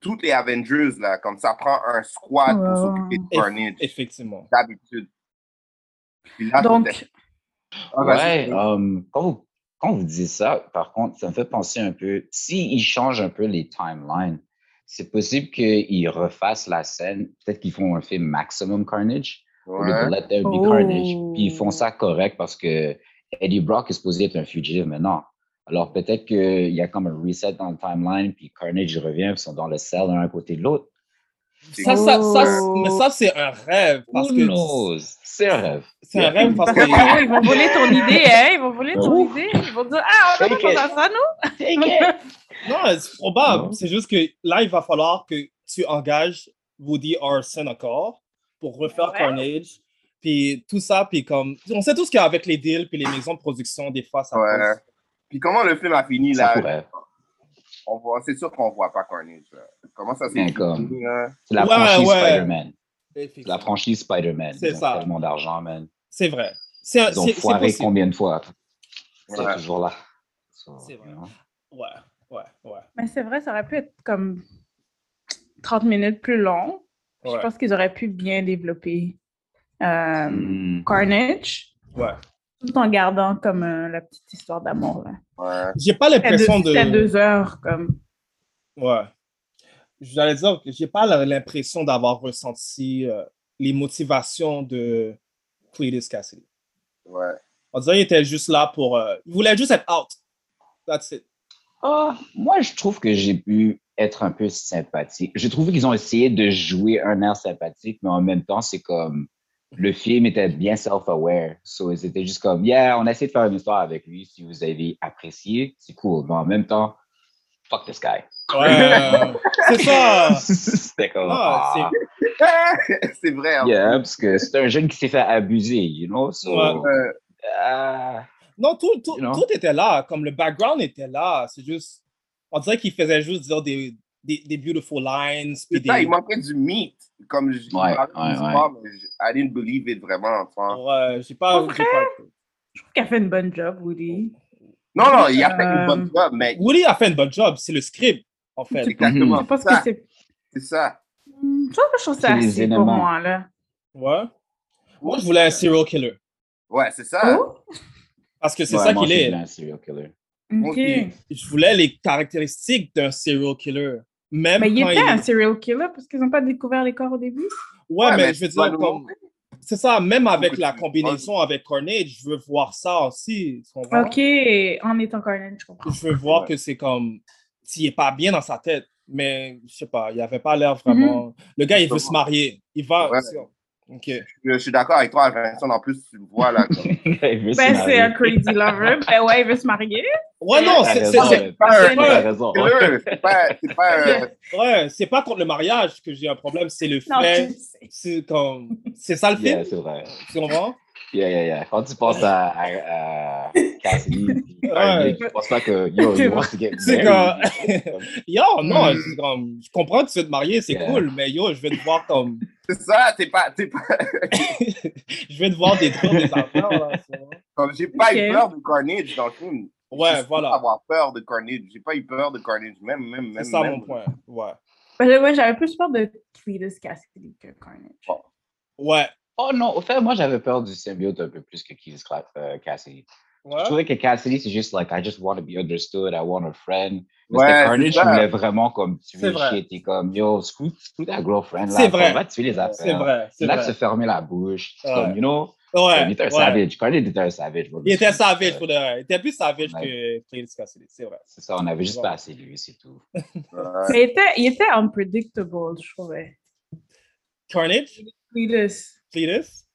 Speaker 4: toutes les Avengers, là, comme ça prend un squad pour
Speaker 5: Ouais.
Speaker 4: s'occuper de
Speaker 3: Eff-
Speaker 4: Carnage
Speaker 3: effectivement.
Speaker 4: d'habitude. Puis là,
Speaker 5: Donc,
Speaker 4: c'était- Ah, vas-y.
Speaker 6: Ouais, euh, quand, vous, quand vous dites ça, par contre, ça me fait penser un peu, s'ils changent un peu les timelines, c'est possible qu'ils refassent la scène, peut-être qu'ils font un film Maximum Carnage, au lieu de
Speaker 4: Ouais.
Speaker 6: Let There Be
Speaker 5: Oh.
Speaker 6: Carnage, puis ils font ça correct parce que Eddie Brock est supposé être un fugitif maintenant. Alors peut-être qu'il y a comme un reset dans le timeline, puis Carnage revient, ils sont dans le cell l'un à côté de l'autre.
Speaker 3: Ça, ça, ça, c'est- mais ça, c'est un rêve. Parce
Speaker 6: Who
Speaker 3: que
Speaker 6: knows? C'est un rêve.
Speaker 3: c'est un rêve parce
Speaker 5: Parce que pour eux,
Speaker 3: que.
Speaker 5: ils vont voler ton idée, hein? Ils vont voler ton
Speaker 6: Ouf.
Speaker 5: idée. Ils vont dire Ah, on n'a pas
Speaker 6: Take it.
Speaker 5: pensé à ça, nous!
Speaker 3: Non, euh, c'est probable. C'est juste que là, il va falloir que tu engages Woody Harrelson encore pour refaire
Speaker 5: Ouais.
Speaker 3: Carnage. Puis tout ça, puis comme. On sait tous qu'avec les deals, puis les maisons de production, des fois, ça
Speaker 4: Ouais.
Speaker 3: pose-
Speaker 4: Puis comment le film a fini
Speaker 6: Ça
Speaker 4: là
Speaker 6: pourrait.
Speaker 4: On voit, c'est sûr qu'on voit pas Carnage. là. Comment ça s'est
Speaker 6: Mais comme-
Speaker 4: fini là?
Speaker 6: C'est la
Speaker 3: Ouais,
Speaker 6: franchise
Speaker 3: ouais.
Speaker 6: Spider-Man. C'est
Speaker 3: Effectivement.
Speaker 6: La franchise Spider-Man.
Speaker 3: C'est
Speaker 6: Ils ont
Speaker 3: ça.
Speaker 6: tellement d'argent, man.
Speaker 3: C'est vrai. C'est un-
Speaker 6: Ils ont
Speaker 3: c'est- c'est
Speaker 6: foiré
Speaker 3: possible.
Speaker 6: combien de fois? C'est
Speaker 4: Ouais.
Speaker 6: toujours là. So,
Speaker 3: C'est vrai.
Speaker 6: you know.
Speaker 3: Ouais, ouais, ouais.
Speaker 5: Mais c'est vrai, ça aurait pu être comme 30 minutes plus long. Je
Speaker 3: Ouais.
Speaker 5: pense qu'ils auraient pu bien développer euh,
Speaker 6: Mm.
Speaker 5: Carnage
Speaker 3: ouais.
Speaker 5: tout en gardant comme euh, la petite histoire d'amour. là.
Speaker 4: Ouais.
Speaker 3: J'ai pas
Speaker 5: C'était deux,
Speaker 3: l'impression de.
Speaker 5: c'était deux heures. comme
Speaker 3: Ouais. J'allais dire que j'ai pas la- l'impression d'avoir ressenti euh, les motivations de Cletus Cassidy.
Speaker 4: Ouais.
Speaker 3: On dirait qu'il était juste là pour. euh, il voulait juste être out. That's it.
Speaker 6: Ah, moi, je trouve que j'ai pu être un peu sympathique. J'ai trouvé qu'ils ont essayé de jouer un air sympathique, mais en même temps, c'est comme le film était bien self-aware. So, ils étaient juste comme, yeah, on a essayé de faire une histoire avec lui. Si vous avez apprécié, c'est cool. Mais en même temps, fuck this guy.
Speaker 3: Ouais, Euh, c'est ça.
Speaker 6: C'était comme.
Speaker 3: Ah,
Speaker 6: ah.
Speaker 4: c'est vrai. hein.
Speaker 6: Yeah, parce que c'est un jeune qui s'est fait abuser, you know? So,
Speaker 3: Ouais.
Speaker 6: ah,
Speaker 3: Non, tout, tout,
Speaker 6: You know?
Speaker 3: tout était là. Comme le background était là. C'est juste. On dirait qu'il faisait juste dire des, des, des beautiful lines. Puis
Speaker 4: C'est ça,
Speaker 3: des...
Speaker 4: il manquait du mythe. Comme je
Speaker 6: Ouais,
Speaker 4: parle
Speaker 6: ouais,
Speaker 4: du
Speaker 6: ouais.
Speaker 4: sport, mais je- I didn't believe it vraiment, enfin.
Speaker 3: Ouais, euh, j'ai pas. j'ai pas-
Speaker 5: Je trouve qu'elle fait une bonne job, Woody.
Speaker 4: Non, non, il a fait une
Speaker 5: Euh,
Speaker 4: bonne job, mais
Speaker 3: Woody a fait une bonne job. C'est le script, en fait.
Speaker 4: c'est exactement
Speaker 5: Je pense que
Speaker 4: ça.
Speaker 5: c'est.
Speaker 4: C'est ça.
Speaker 5: Hmm, Je pense que je trouve ça
Speaker 6: C'est les
Speaker 5: assez pour
Speaker 6: éléments.
Speaker 5: moi, là.
Speaker 3: Ouais. Moi, je voulais un serial killer.
Speaker 4: Ouais, c'est
Speaker 3: Ah,
Speaker 4: ça.
Speaker 5: Oh.
Speaker 3: Parce que c'est
Speaker 6: ouais,
Speaker 3: ça
Speaker 6: moi
Speaker 3: qu'il
Speaker 6: aussi, je
Speaker 3: est.
Speaker 6: voulais un serial killer.
Speaker 5: Ok.
Speaker 4: Ok.
Speaker 3: Je voulais les caractéristiques d'un serial killer. Même
Speaker 5: Mais Ben, il
Speaker 3: quand
Speaker 5: était
Speaker 3: il
Speaker 5: un serial killer parce qu'ils n'ont pas découvert les corps au début.
Speaker 3: Ouais,
Speaker 4: Ouais,
Speaker 3: mais,
Speaker 4: mais
Speaker 3: je veux
Speaker 4: tu vas
Speaker 3: dire,
Speaker 4: nous
Speaker 3: comme- c'est ça, même avec la
Speaker 4: tu-
Speaker 3: combinaison avec Carnage, je veux voir ça aussi. tu comprends?
Speaker 5: Ok, en étant Carnage, je comprends.
Speaker 3: Je veux voir
Speaker 4: Ouais.
Speaker 3: que c'est comme s'il n'est pas bien dans sa tête, mais je sais pas, il n'avait pas l'air vraiment.
Speaker 5: Mhm.
Speaker 3: Le gars, il veut se
Speaker 4: Justement.
Speaker 3: marier. Il va.
Speaker 4: Ouais.
Speaker 3: Ok.
Speaker 4: Je, je suis d'accord avec toi, Vincent. En plus, tu le vois là. comme-
Speaker 6: Il veut se
Speaker 5: Ben, c'est
Speaker 6: marier.
Speaker 5: un crazy lover. Ben ouais, il veut se marier.
Speaker 3: Ouais, non,
Speaker 6: T'as
Speaker 3: Oh, c'est-
Speaker 6: raison,
Speaker 3: c'est- c'est
Speaker 6: t'as raison,
Speaker 3: pas-
Speaker 6: t'as raison.
Speaker 4: Killer, C'est pas, c'est pas euh, un-
Speaker 3: ouais, c'est pas contre le mariage que j'ai un problème, c'est le
Speaker 5: Non,
Speaker 3: fait.
Speaker 5: je sais.
Speaker 3: C'est comme- c'est ça le
Speaker 6: Yeah,
Speaker 3: film,
Speaker 6: c'est vrai.
Speaker 3: tu comprends?
Speaker 6: Yeah, yeah, yeah. euh, Quand tu penses à, à, à Cassidy, puis
Speaker 3: Ouais.
Speaker 6: Carnage, je pense pas que yo,
Speaker 5: C'est
Speaker 6: you want to get
Speaker 3: C'est
Speaker 6: married.
Speaker 3: Yo, oh, non,
Speaker 4: Mm.
Speaker 3: c'est comme, je comprends que tu veux te marier, c'est
Speaker 6: Hmm. Yeah.
Speaker 3: cool, mais yo, je vais te voir comme.
Speaker 4: C'est ça, t'es pas. t'es pas...
Speaker 3: je vais devoir détruire des affaires, là. c'est vrai.
Speaker 4: comme J'ai pas eu
Speaker 5: Ok.
Speaker 4: peur de Carnage dans le film. Je
Speaker 3: Ouais,
Speaker 4: suis pas
Speaker 3: voilà.
Speaker 4: avoir peur de Carnage. J'ai pas eu peur de Carnage, même, même,
Speaker 3: C'est
Speaker 4: même.
Speaker 3: ça
Speaker 4: même.
Speaker 3: mon point. Ouais.
Speaker 5: Ben là, ouais, j'avais plus peur de Cletus Cassidy que Carnage.
Speaker 4: Bon.
Speaker 3: Ouais.
Speaker 6: Oh non, au fait, moi j'avais peur du symbiote un peu plus que Keys Cla- euh, Cassidy.
Speaker 3: Ouais.
Speaker 6: Je trouvais que Cassidy, c'est juste like, I just want to be understood, I want a friend. Mais
Speaker 4: Ouais,
Speaker 6: c'était
Speaker 4: c'est
Speaker 6: Carnage qui
Speaker 4: ça.
Speaker 6: voulait vraiment comme
Speaker 3: C'est
Speaker 6: tuer
Speaker 3: vrai.
Speaker 6: shit et comme, yo, screw, screw ta girlfriend là.
Speaker 3: C'est
Speaker 6: comme,
Speaker 3: vrai.
Speaker 6: Va tuer les affaires.
Speaker 3: C'est vrai.
Speaker 6: C'est
Speaker 3: C'est
Speaker 6: là
Speaker 3: vrai.
Speaker 6: de se fermer la bouche. C'est Comme,
Speaker 3: Ouais.
Speaker 6: you know,
Speaker 3: Ouais,
Speaker 6: il était un
Speaker 3: ouais.
Speaker 6: savage. Carnage était un savage. bro.
Speaker 3: Il était
Speaker 6: Screw-
Speaker 3: savage,
Speaker 6: euh,
Speaker 3: pour de vrai. Il était plus savage
Speaker 6: Ouais.
Speaker 3: que Cletus Cassidy, c'est vrai.
Speaker 6: C'est ça, on avait juste
Speaker 3: Ouais.
Speaker 6: pas assez de lui, c'est tout.
Speaker 4: Ouais.
Speaker 5: Mais il était, il était unpredictable, je trouvais.
Speaker 3: Carnage,
Speaker 5: Cletus.
Speaker 3: Cletus.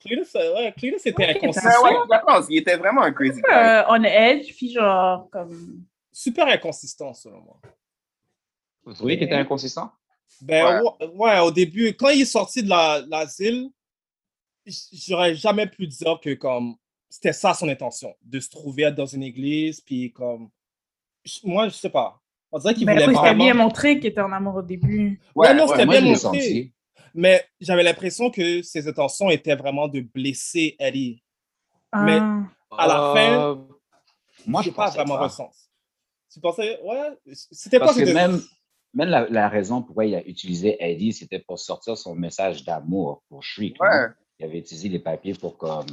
Speaker 3: Cletus, euh, ouais, Cletus était
Speaker 5: Ouais,
Speaker 3: inconsistant.
Speaker 4: Ben Ouais, ouais, je suis d'accord. Il était vraiment un crazy guy.
Speaker 5: Euh, on edge, puis genre, comme.
Speaker 3: Super inconsistant, selon moi.
Speaker 6: Vous trouvez qu'il était inconsistant?
Speaker 3: Ben ouais. ouais, au début, quand il est sorti de la- l'asile, j- j'aurais jamais pu dire que comme c'était ça son intention, de se trouver dans une église, puis comme j- moi je sais pas, on dirait qu'il
Speaker 5: Ben
Speaker 3: voulait
Speaker 5: oui, c'était
Speaker 3: vraiment.
Speaker 5: bien montré qu'il était en amour au début.
Speaker 3: Ouais, non, c'était
Speaker 6: moi,
Speaker 3: bien
Speaker 6: je l'ai
Speaker 3: montré,
Speaker 6: senti.
Speaker 3: mais j'avais l'impression que ses intentions étaient vraiment de blesser Eddie. Mais-
Speaker 5: Ah.
Speaker 3: À la fin,
Speaker 6: Euh, moi, je
Speaker 3: J'ai pas
Speaker 6: pensais
Speaker 3: vraiment
Speaker 6: pas.
Speaker 3: ressens. Tu pensais, ouais, c'était pas
Speaker 6: Parce
Speaker 3: que
Speaker 6: que
Speaker 3: de-
Speaker 6: même, même la, la raison pourquoi il a utilisé Eddie, c'était pour sortir son message d'amour pour Shriek. non?
Speaker 4: Ouais.
Speaker 6: Il avait utilisé les papiers pour comme,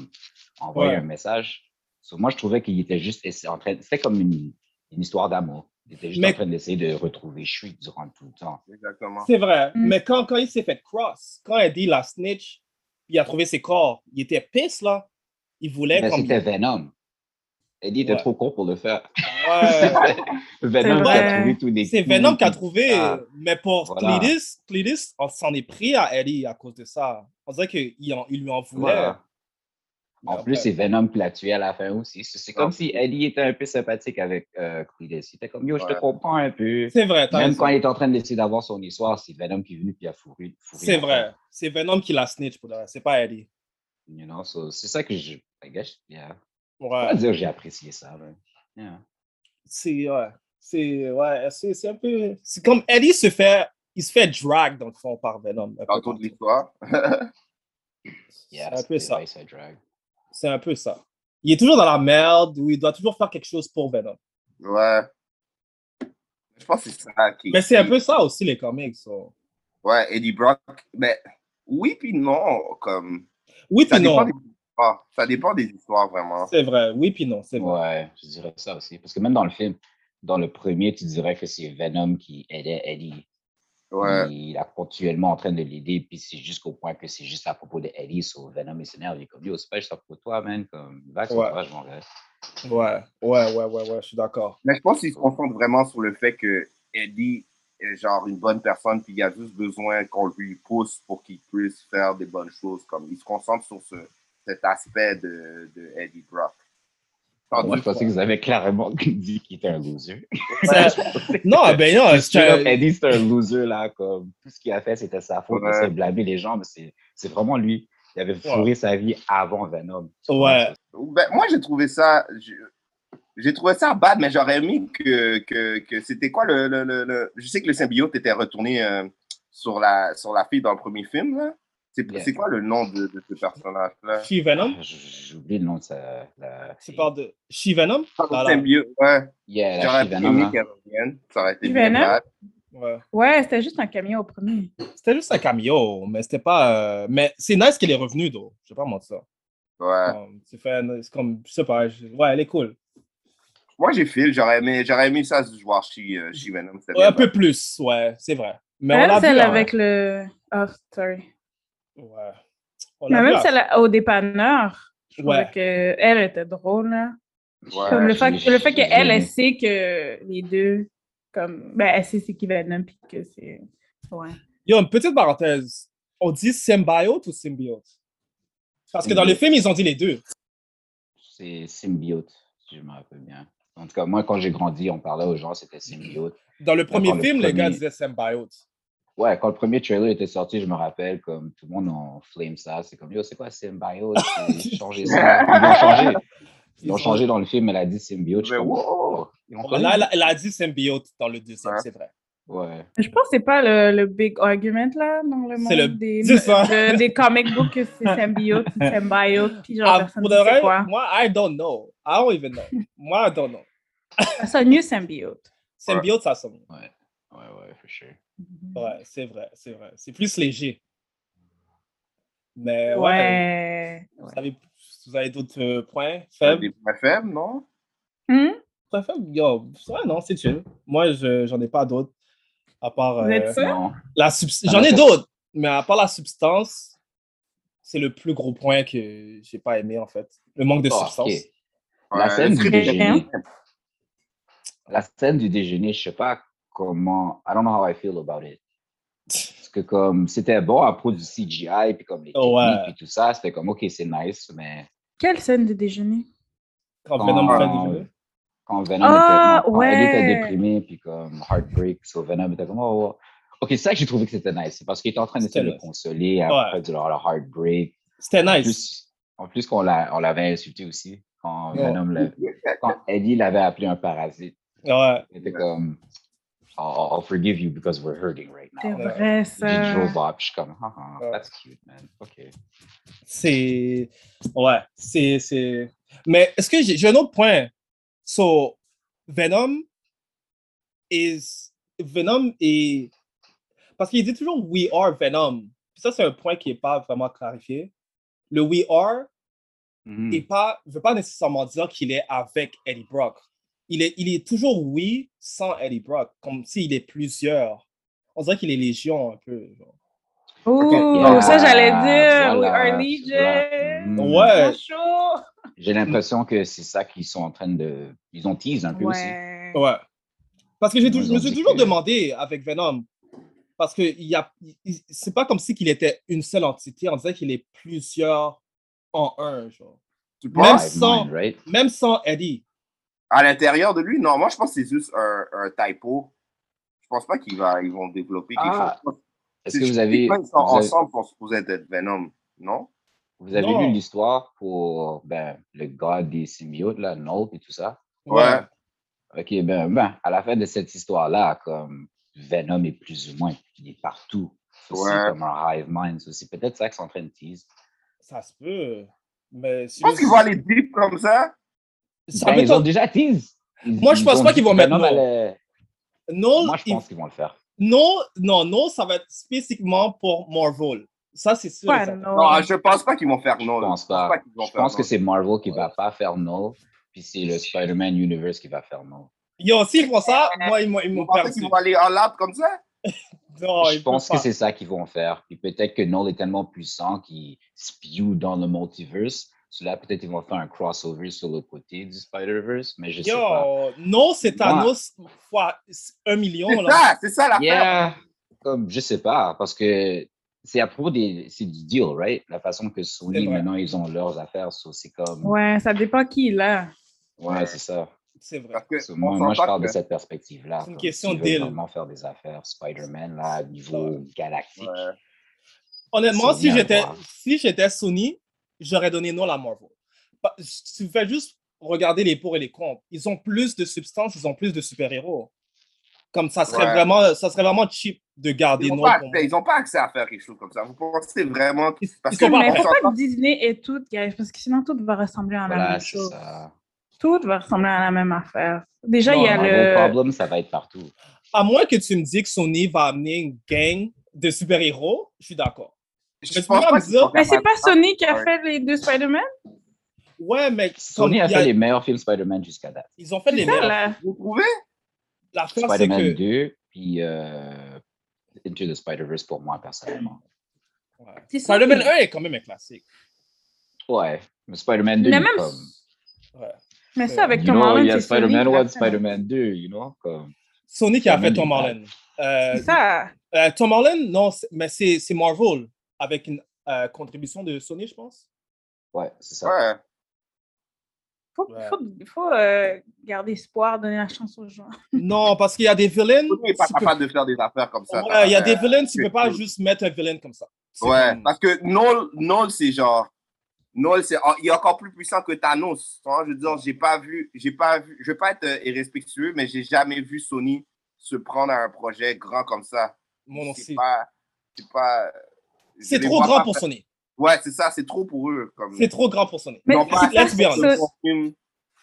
Speaker 6: envoyer
Speaker 3: Ouais.
Speaker 6: un message. So, moi, je trouvais qu'il était juste essa- en train. C'était comme une, une histoire d'amour. Il était juste
Speaker 3: Mais-
Speaker 6: en train d'essayer de retrouver Shriek durant tout le temps.
Speaker 4: Exactement.
Speaker 3: C'est vrai,
Speaker 5: Mm.
Speaker 3: mais quand, quand il s'est fait cross, quand Eddie l'a snitch, il a trouvé ses corps, il était pisse là. Il voulait
Speaker 6: Mais
Speaker 3: comme.
Speaker 6: c'était Venom. Eddie était
Speaker 3: Ouais.
Speaker 6: trop court pour le faire.
Speaker 3: Ouais.
Speaker 6: Venom qui
Speaker 5: vrai.
Speaker 6: a trouvé tous les
Speaker 3: C'est
Speaker 6: coups,
Speaker 3: Venom qui a
Speaker 6: puis-
Speaker 3: trouvé,
Speaker 6: Ah.
Speaker 3: mais pour
Speaker 6: Voilà.
Speaker 3: Cletus, Cletus, on s'en est pris à Ellie à cause de ça. On dirait qu'il en- il lui en voulait.
Speaker 6: Voilà.
Speaker 3: Mais
Speaker 6: En plus,
Speaker 3: après-
Speaker 6: c'est Venom qui l'a tué à la fin aussi. C'est c'est comme
Speaker 4: Ah.
Speaker 6: si Eddie était un peu sympathique avec euh, Cletus. Il était comme, yo, je te
Speaker 4: Ouais.
Speaker 6: comprends un peu.
Speaker 3: c'est vrai, t'as
Speaker 6: Même
Speaker 3: raison.
Speaker 6: quand il est en train d'essayer d'avoir son histoire, c'est Venom qui est venu puis il a fourré. fourré
Speaker 3: c'est
Speaker 6: la
Speaker 3: vrai.
Speaker 6: tête,
Speaker 3: C'est Venom qui l'a snitch pour le reste, c'est pas Ellie.
Speaker 6: you know? So, c'est ça que je. I guess, yeah. Je
Speaker 3: Ouais.
Speaker 6: vais dire que j'ai apprécié ça. là. Yeah.
Speaker 3: C'est ouais. C'est ouais, c'est c'est un peu. C'est comme Ellie se fait, il se fait drag dans le fond par Venom. un peu
Speaker 4: Dans toute
Speaker 3: partout.
Speaker 4: l'histoire.
Speaker 6: Yeah,
Speaker 3: c'est un
Speaker 6: c'était
Speaker 3: peu ça.
Speaker 6: Vice and Drag.
Speaker 3: C'est un peu ça. Il est toujours dans la merde où il doit toujours faire quelque chose pour Venom.
Speaker 4: Ouais. Je pense que c'est ça qui.
Speaker 3: Mais c'est un peu ça aussi les comics. so.
Speaker 4: Ouais, Eddie Brock. Mais oui, puis non. Comme...
Speaker 3: Oui
Speaker 4: Ça,
Speaker 3: puis non.
Speaker 4: dépend des... hein. histoires. ça dépend des histoires, vraiment.
Speaker 3: C'est vrai. Oui puis non. C'est vrai.
Speaker 6: Ouais, je dirais ça aussi. Parce que même dans le film, dans le premier, tu dirais que c'est Venom qui aidait Eddie.
Speaker 4: Ouais.
Speaker 6: Puis Il est continuellement en train de l'aider, puis c'est jusqu'au point que c'est juste à propos de Ellie, sur Venom et Sénère. Il est comme, yo, c'est pas juste à propos de toi, man. Comme, va sur
Speaker 3: Ouais.
Speaker 6: toi, je m'en vais.
Speaker 3: Ouais. Ouais ouais ouais ouais. Je suis d'accord.
Speaker 4: Mais je pense qu'ils se concentrent vraiment sur le fait que Eddie est genre une bonne personne, puis il a juste besoin qu'on lui pousse pour qu'il puisse faire des bonnes choses. Comme ils se concentrent sur ce, cet aspect de, de Eddie Brock.
Speaker 6: Ah, Moi, je pensais que vous avez clairement dit qu'il était un loser.
Speaker 3: Ça- non, ben non, c'est
Speaker 6: Straight
Speaker 3: un-
Speaker 6: up, Eddie, c'est un loser, là, comme tout ce qu'il a fait, c'était sa faute, il s'est blâmé les gens, mais c'est- c'est vraiment lui. Il avait fourré sa vie avant Venom.
Speaker 3: Ouais.
Speaker 4: Ben, moi, j'ai trouvé ça. je- J'ai trouvé ça bad, mais j'aurais aimé que, que, que c'était quoi le, le, le, le- Je sais que le symbiote était retourné euh, sur, la, sur la fille dans le premier film. là. C'est
Speaker 6: Yeah.
Speaker 4: c'est quoi le nom de, de ce personnage-là
Speaker 3: She
Speaker 6: Ah,
Speaker 3: Venom
Speaker 6: J'ai oublié le nom de sa. La...
Speaker 3: Tu parles de She Venom Ah,
Speaker 4: Le symbiote, ouais.
Speaker 6: Yeah, la
Speaker 4: J'aurais
Speaker 6: She
Speaker 4: bien
Speaker 6: Venom,
Speaker 4: aimé
Speaker 6: hein.
Speaker 4: qu'elle revienne. Ça aurait été
Speaker 5: She
Speaker 4: bien
Speaker 5: Venom?
Speaker 4: bad.
Speaker 3: Ouais.
Speaker 5: Ouais, c'était juste un camion au premier.
Speaker 3: C'était juste un cameo, mais c'était pas. euh, Mais c'est nice qu'elle est revenue, d'eau. Je vais pas mentir.
Speaker 4: Ouais.
Speaker 3: Comme, tu fais un- c'est comme, je sais pas, je- ouais, elle est cool.
Speaker 4: Moi, j'ai fil. J'aurais aimé, j'aurais aimé ça se voir chez, euh, chez Venom. c'était
Speaker 3: Ouais, un
Speaker 4: bien
Speaker 3: peu plus, ouais, c'est vrai. Mais
Speaker 5: même
Speaker 3: on a
Speaker 5: celle
Speaker 3: vu, hein.
Speaker 5: avec le. Oh, sorry.
Speaker 3: Ouais. On
Speaker 5: Mais
Speaker 3: l'a
Speaker 5: même
Speaker 3: vu,
Speaker 5: celle au dépanneur, je trouvais
Speaker 3: Ouais. Ah,
Speaker 5: que elle était drôle. là.
Speaker 4: Ouais,
Speaker 5: comme le fait,
Speaker 6: j'ai-
Speaker 5: le fait
Speaker 6: j'ai-
Speaker 5: qu'elle,
Speaker 6: j'ai-
Speaker 5: elle sait que les deux, comme, ben, elle sait c'est qui Venom, puis que c'est. Ouais.
Speaker 3: Yo, une petite parenthèse. On dit symbiote ou symbiote? Parce que dans le film, ils ont dit les deux.
Speaker 6: C'est symbiote, si je me rappelle bien. En tout cas, moi, quand j'ai grandi, on parlait aux gens, c'était symbiote.
Speaker 3: Dans le premier
Speaker 6: Dans le
Speaker 3: film, les gars
Speaker 6: premier.
Speaker 3: disaient symbiote.
Speaker 6: Ouais, quand le premier trailer était sorti, je me rappelle, comme tout le monde en flame ça. C'est comme, yo, c'est quoi symbiote? Ils ont changé ça. Ils l'ont changé. Ils l'ont changé dans le film, elle a dit symbiote. Je suis comme, wow! Ils l'ont
Speaker 3: Bon, Là, elle, elle a dit symbiote dans le deuxième, c'est vrai.
Speaker 6: Ouais.
Speaker 5: Je pense que c'est pas le, le big argument là dans le monde
Speaker 3: C'est le-
Speaker 5: des,
Speaker 3: c'est ça.
Speaker 5: de- des comic books que c'est symbiote, c'est symbiote, puis genre
Speaker 3: Ah,
Speaker 5: personne
Speaker 3: pour
Speaker 5: ne
Speaker 3: de vrai,
Speaker 5: sait quoi.
Speaker 3: moi, I don't know. I don't even know. moi, I don't know.
Speaker 5: C'est un new symbiote.
Speaker 3: Symbiote, ça sonne.
Speaker 6: Ouais, ouais, ouais, for sure.
Speaker 3: Ouais, c'est vrai, c'est vrai. C'est plus léger. Mais
Speaker 5: Ouais.
Speaker 3: ouais. Vous avez, vous avez d'autres euh, points
Speaker 4: bad.
Speaker 3: faibles?
Speaker 4: Des points faibles, non
Speaker 5: Hmm?
Speaker 3: Points faibles? Yo, ouais, non, c'est chill. Moi, je, j'en ai pas d'autres. À part.
Speaker 5: Vous êtes
Speaker 3: euh,
Speaker 5: sûr?
Speaker 6: Non.
Speaker 3: La subs-
Speaker 6: Ah,
Speaker 3: J'en
Speaker 6: non,
Speaker 3: ai
Speaker 6: ça-
Speaker 3: d'autres, mais à part la substance, c'est le plus gros point que j'ai pas aimé en fait. Le manque de
Speaker 6: Ah,
Speaker 3: substance.
Speaker 6: ok. La scène du
Speaker 5: Quelqu'un?
Speaker 6: déjeuner. La scène du déjeuner, je sais pas comment. I don't know how I feel about it. Parce que comme c'était bon à propos du CGI puis comme les
Speaker 3: Oh, ouais.
Speaker 6: techniques puis tout ça, c'était comme ok c'est nice, mais
Speaker 5: Quelle scène de déjeuner?
Speaker 3: Quand
Speaker 6: Quand-
Speaker 3: Venom fait des jeux.
Speaker 6: quand Venom
Speaker 5: Ah,
Speaker 6: était, non, quand elle était
Speaker 5: ouais.
Speaker 6: déprimée puis comme heartbreak, so Venom était comme oh, oh. ok c'est ça que j'ai trouvé que c'était nice, c'est parce qu'il était en train d'essayer de
Speaker 3: C'était
Speaker 6: le
Speaker 3: nice.
Speaker 6: consoler après
Speaker 3: Ouais.
Speaker 6: de leur, leur heartbreak.
Speaker 3: C'était
Speaker 6: En
Speaker 3: nice.
Speaker 6: plus, en plus qu'on l'a- on l'avait insulté aussi quand
Speaker 3: Oh.
Speaker 6: Venom l'a- quand Eddie l'avait appelé un parasite.
Speaker 3: Ouais.
Speaker 6: C'était comme, um, I'll, I'll forgive you because we're hurting right
Speaker 5: C'est
Speaker 6: now.
Speaker 5: vrai
Speaker 6: J'ai
Speaker 5: ça.
Speaker 6: drove up, je suis comme, ah,
Speaker 3: Oh.
Speaker 6: ah, that's cute, man. OK.
Speaker 3: C'est. Ouais. C'est. c'est- Mais est-ce que j'ai j'ai un autre point? So, Venom is. Venom est. Parce qu'il dit toujours We are Venom. Puis ça, c'est un point qui n'est pas vraiment clarifié. Le We are, et pas, veut pas nécessairement dire qu'il est avec Eddie Brock. Il est, il est toujours oui sans Eddie Brock, comme s'il est plusieurs. On dirait qu'il est légion un peu. genre.
Speaker 5: Ouh,
Speaker 6: Yeah,
Speaker 5: Oh, ça j'allais dire. We
Speaker 6: voilà,
Speaker 5: are
Speaker 6: voilà.
Speaker 5: legion.
Speaker 6: Mhm.
Speaker 3: Ouais.
Speaker 5: Trop chaud.
Speaker 6: J'ai l'impression que c'est ça qu'ils sont en train de. Ils ont tease un peu aussi.
Speaker 5: Ouais.
Speaker 3: Ouais. Parce que j'ai tou-
Speaker 6: Ils
Speaker 3: je me
Speaker 6: ont
Speaker 3: suis
Speaker 6: dit
Speaker 3: toujours
Speaker 6: que-
Speaker 3: demandé avec Venom, parce que il y a, il- il- c'est pas comme si qu'il était une seule entité, on dirait qu'il est plusieurs en un. genre.
Speaker 4: Tu
Speaker 3: Même
Speaker 4: penses
Speaker 6: Five
Speaker 3: sans-
Speaker 6: Mind, right?
Speaker 3: Même sans Eddie.
Speaker 4: À l'intérieur de lui Non, moi, je pense que c'est juste un, un typo. Je pense pas qu'ils va- ils vont développer quelque
Speaker 6: Ah.
Speaker 4: chose.
Speaker 6: Est-ce que vous avez,
Speaker 4: Quand Ils sont
Speaker 6: vous avez,
Speaker 4: ensemble pour supposés être Venom, non
Speaker 6: vous avez
Speaker 3: Non.
Speaker 6: lu l'histoire pour ben, le gars des symbiotes, là, Nope et tout ça?
Speaker 4: Ouais.
Speaker 6: OK, ben, ben, à la fin de cette histoire-là, comme Venom est plus ou moins, il est partout. C'est
Speaker 4: Ouais.
Speaker 6: comme un hive mind. so C'est peut-être ça qu'ils sont en train de tease.
Speaker 3: Ça se peut. Mais
Speaker 4: Je pense qu'ils vont aller deep comme ça.
Speaker 3: ça
Speaker 6: Ben, ils
Speaker 3: m'étonne-
Speaker 6: ont déjà tease. Ils-
Speaker 3: Moi, je
Speaker 6: ils
Speaker 3: pense
Speaker 6: ont
Speaker 3: pas
Speaker 6: dit
Speaker 3: qu'ils vont
Speaker 6: que
Speaker 3: mettre
Speaker 6: Venom
Speaker 3: non.
Speaker 6: allait-
Speaker 3: Noel,
Speaker 6: Moi, je
Speaker 3: il-
Speaker 6: pense qu'ils vont le faire.
Speaker 3: Non, non, non, ça va être spécifiquement pour Marvel. Ça, c'est sûr. et
Speaker 5: Ouais,
Speaker 3: certain.
Speaker 5: non.
Speaker 4: Non, ah, je pense pas qu'ils vont faire non.
Speaker 6: Je pense
Speaker 4: Je pense
Speaker 6: pas.
Speaker 4: pas qu'ils vont
Speaker 6: Je
Speaker 4: faire
Speaker 6: pense que
Speaker 4: non.
Speaker 6: c'est Marvel qui va pas faire no, puis c'est le Spider-Man Universe qui va faire no.
Speaker 3: Yo, s'ils font ça,
Speaker 5: Euh,
Speaker 3: moi, ils m'ont ils
Speaker 4: Vous
Speaker 3: m'ont
Speaker 4: pensez
Speaker 3: perdu.
Speaker 4: qu'ils vont aller en lab comme ça
Speaker 3: Non, Oh, ils
Speaker 6: je pense que
Speaker 3: peuvent pas.
Speaker 6: c'est ça qu'ils vont faire. Puis peut-être que Noel est tellement puissant qu'il spew dans le multiverse. Cela, peut-être ils vont faire un crossover sur le côté du Spider-Verse, mais je sais pas.
Speaker 3: Yo, non, c'est
Speaker 6: Moi-
Speaker 3: Thanos fois un million.
Speaker 4: C'est
Speaker 3: Là.
Speaker 4: ça, c'est ça l'affaire.
Speaker 6: Yeah. Comme, je sais pas, parce que c'est à propos des, c'est du deal, right? La façon que
Speaker 3: C'est
Speaker 6: Sony,
Speaker 3: vrai.
Speaker 6: maintenant, ils ont leurs affaires, so c'est comme,
Speaker 5: Ouais, ça dépend qui là.
Speaker 6: Ouais, c'est ça.
Speaker 3: C'est vrai.
Speaker 4: Parce que
Speaker 6: So, moi,
Speaker 4: on
Speaker 6: moi, je
Speaker 4: s'entend
Speaker 6: parle de
Speaker 4: que-
Speaker 6: cette perspective-là.
Speaker 3: C'est une
Speaker 6: comme
Speaker 3: question
Speaker 6: s'ils veulent
Speaker 3: d'île.
Speaker 6: vraiment faire des affaires Spider-Man, là, à niveau galactique.
Speaker 3: Honnêtement,
Speaker 6: C'est
Speaker 3: si
Speaker 6: bien,
Speaker 3: j'étais
Speaker 6: quoi.
Speaker 3: si j'étais Sony, j'aurais donné non à Marvel. Pa- Tu fais juste regarder les pour et les contre. Ils ont plus de substance, ils ont plus de super-héros. Comme ça serait
Speaker 4: Ouais.
Speaker 3: vraiment ça serait vraiment cheap de garder
Speaker 4: Ils
Speaker 3: non
Speaker 4: n'ont
Speaker 3: pour
Speaker 4: pas,
Speaker 3: moi.
Speaker 4: accès- ils n'ont pas accès à faire quelque chose comme ça. Vous pensez vraiment. que- Parce
Speaker 3: sont
Speaker 4: que
Speaker 3: pas
Speaker 5: Mais
Speaker 4: on
Speaker 5: faut pas
Speaker 4: s'entend-
Speaker 5: que Disney et tout, guys, parce que sinon tout va ressembler à Ah, la
Speaker 6: Voilà,
Speaker 5: même
Speaker 6: c'est
Speaker 5: chose.
Speaker 6: ça.
Speaker 5: Tout va ressembler à la même affaire. Déjà, il y a
Speaker 6: Non,
Speaker 5: le.
Speaker 6: Marvel Problem, ça va être partout.
Speaker 3: À moins que tu me dises que Sony va amener une gang de super-héros, je suis d'accord.
Speaker 4: je
Speaker 3: Mais tu
Speaker 4: pense
Speaker 3: vas
Speaker 4: pas
Speaker 3: me
Speaker 4: qu'ils
Speaker 3: dire-
Speaker 4: sont
Speaker 5: Mais c'est
Speaker 4: capables
Speaker 5: pas
Speaker 4: de faire-
Speaker 5: Sony qui a
Speaker 4: Ouais.
Speaker 5: fait les deux Spider-Man?
Speaker 3: Ouais, mais comme
Speaker 6: Sony a
Speaker 3: il y a-
Speaker 6: fait les meilleurs films Spider-Man jusqu'à date.
Speaker 3: ils ont fait les
Speaker 5: C'est ça,
Speaker 3: meilleurs.
Speaker 5: là.
Speaker 4: Vous trouvez
Speaker 3: L'affaire, c'est
Speaker 6: Spider-Man
Speaker 3: que.
Speaker 6: 2, puis euh, Into the Spider-Verse pour moi, personnellement.
Speaker 3: Ouais.
Speaker 5: C'est ça.
Speaker 3: Spider-Man 1 est quand même un classique.
Speaker 6: Ouais, mais Spider-Man 2,
Speaker 5: Mais
Speaker 6: il est
Speaker 5: même-
Speaker 6: comme...
Speaker 3: Ouais.
Speaker 5: Mais ça, avec
Speaker 6: You
Speaker 5: Tom
Speaker 6: know, il
Speaker 5: Holland,
Speaker 6: y a
Speaker 5: c'est Sony
Speaker 6: Spider-Man
Speaker 5: qui hein.
Speaker 6: 1,
Speaker 5: l'a fait.
Speaker 6: Spider-Man 2, you know, comme...
Speaker 3: Sony qui a fait
Speaker 6: Spider-Man,
Speaker 3: Tom
Speaker 6: il est
Speaker 3: Holland. Euh,
Speaker 5: C'est ça.
Speaker 3: Euh, Tom Holland, non, c'est- mais c'est c'est Marvel avec une euh, contribution de Sony, je pense.
Speaker 6: Ouais, c'est ça.
Speaker 4: Ouais.
Speaker 5: Faut,
Speaker 3: Ouais.
Speaker 5: faut, faut euh, garder espoir, donner la chance aux gens.
Speaker 3: Non, parce qu'il y a des villains.
Speaker 4: Sony n'est pas
Speaker 3: tu peux-
Speaker 4: capable de faire des affaires comme ça.
Speaker 3: Ouais, il y a des
Speaker 4: Euh,
Speaker 3: villains, tu
Speaker 4: que-
Speaker 3: peux pas juste mettre un villain comme ça. C'est
Speaker 4: Ouais,
Speaker 3: comme-
Speaker 4: parce que Noel, Noel c'est genre. Noel, c'est, oh, il est encore plus puissant que Thanos. tu vois. Je veux dire, j'ai pas vu, j'ai pas vu, je veux pas être euh, irrespectueux, mais j'ai jamais vu Sony se prendre à un projet grand comme ça.
Speaker 3: Moi
Speaker 4: c'est
Speaker 3: aussi.
Speaker 4: pas, c'est pas. je
Speaker 3: C'est
Speaker 4: les
Speaker 3: trop
Speaker 4: vois
Speaker 3: grand
Speaker 4: pas
Speaker 3: pour
Speaker 4: faire-
Speaker 3: Sony.
Speaker 4: Ouais, c'est ça, c'est trop pour eux. Comme,
Speaker 3: C'est trop grand pour Sony.
Speaker 4: ils
Speaker 5: Mais
Speaker 4: n'ont pas,
Speaker 5: c'est ça,
Speaker 3: Let's be
Speaker 5: c'est-
Speaker 4: assez de
Speaker 3: honest.
Speaker 5: ça-
Speaker 4: bons films.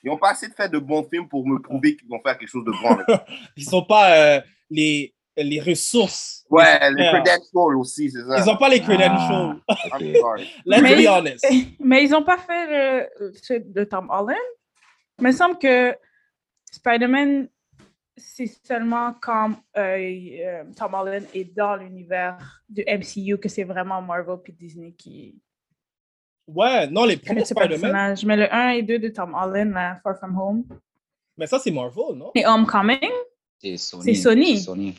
Speaker 4: Ils ont pas assez de faire de bons films pour me prouver qu'ils vont faire quelque chose de grand. avec ça.
Speaker 3: Ils ont pas euh, les, les ressources.
Speaker 4: ouais, les
Speaker 3: super.
Speaker 4: credentials aussi, c'est ça.
Speaker 3: Ils ont pas les
Speaker 6: Ah,
Speaker 3: credentials.
Speaker 6: ok.
Speaker 4: I'm sorry.
Speaker 3: Let's
Speaker 5: Mais-
Speaker 3: be honest.
Speaker 5: Mais ils n'ont pas fait le, ceux de Tom Holland. Il me semble que Spider-Man, c'est seulement quand euh, il- euh, Tom Holland est dans l'univers du MCU que c'est vraiment Marvel puis Disney qui
Speaker 3: Ouais, non, les premiers
Speaker 5: connaissent ce
Speaker 3: Spider-Man.
Speaker 5: personnage. Mais le 1 et 2 de Tom Holland, là, Far From Home
Speaker 3: Mais ça, c'est Marvel, non?
Speaker 5: et Homecoming,
Speaker 6: C'est Sony.
Speaker 5: C'est Sony.
Speaker 6: C'est Sony.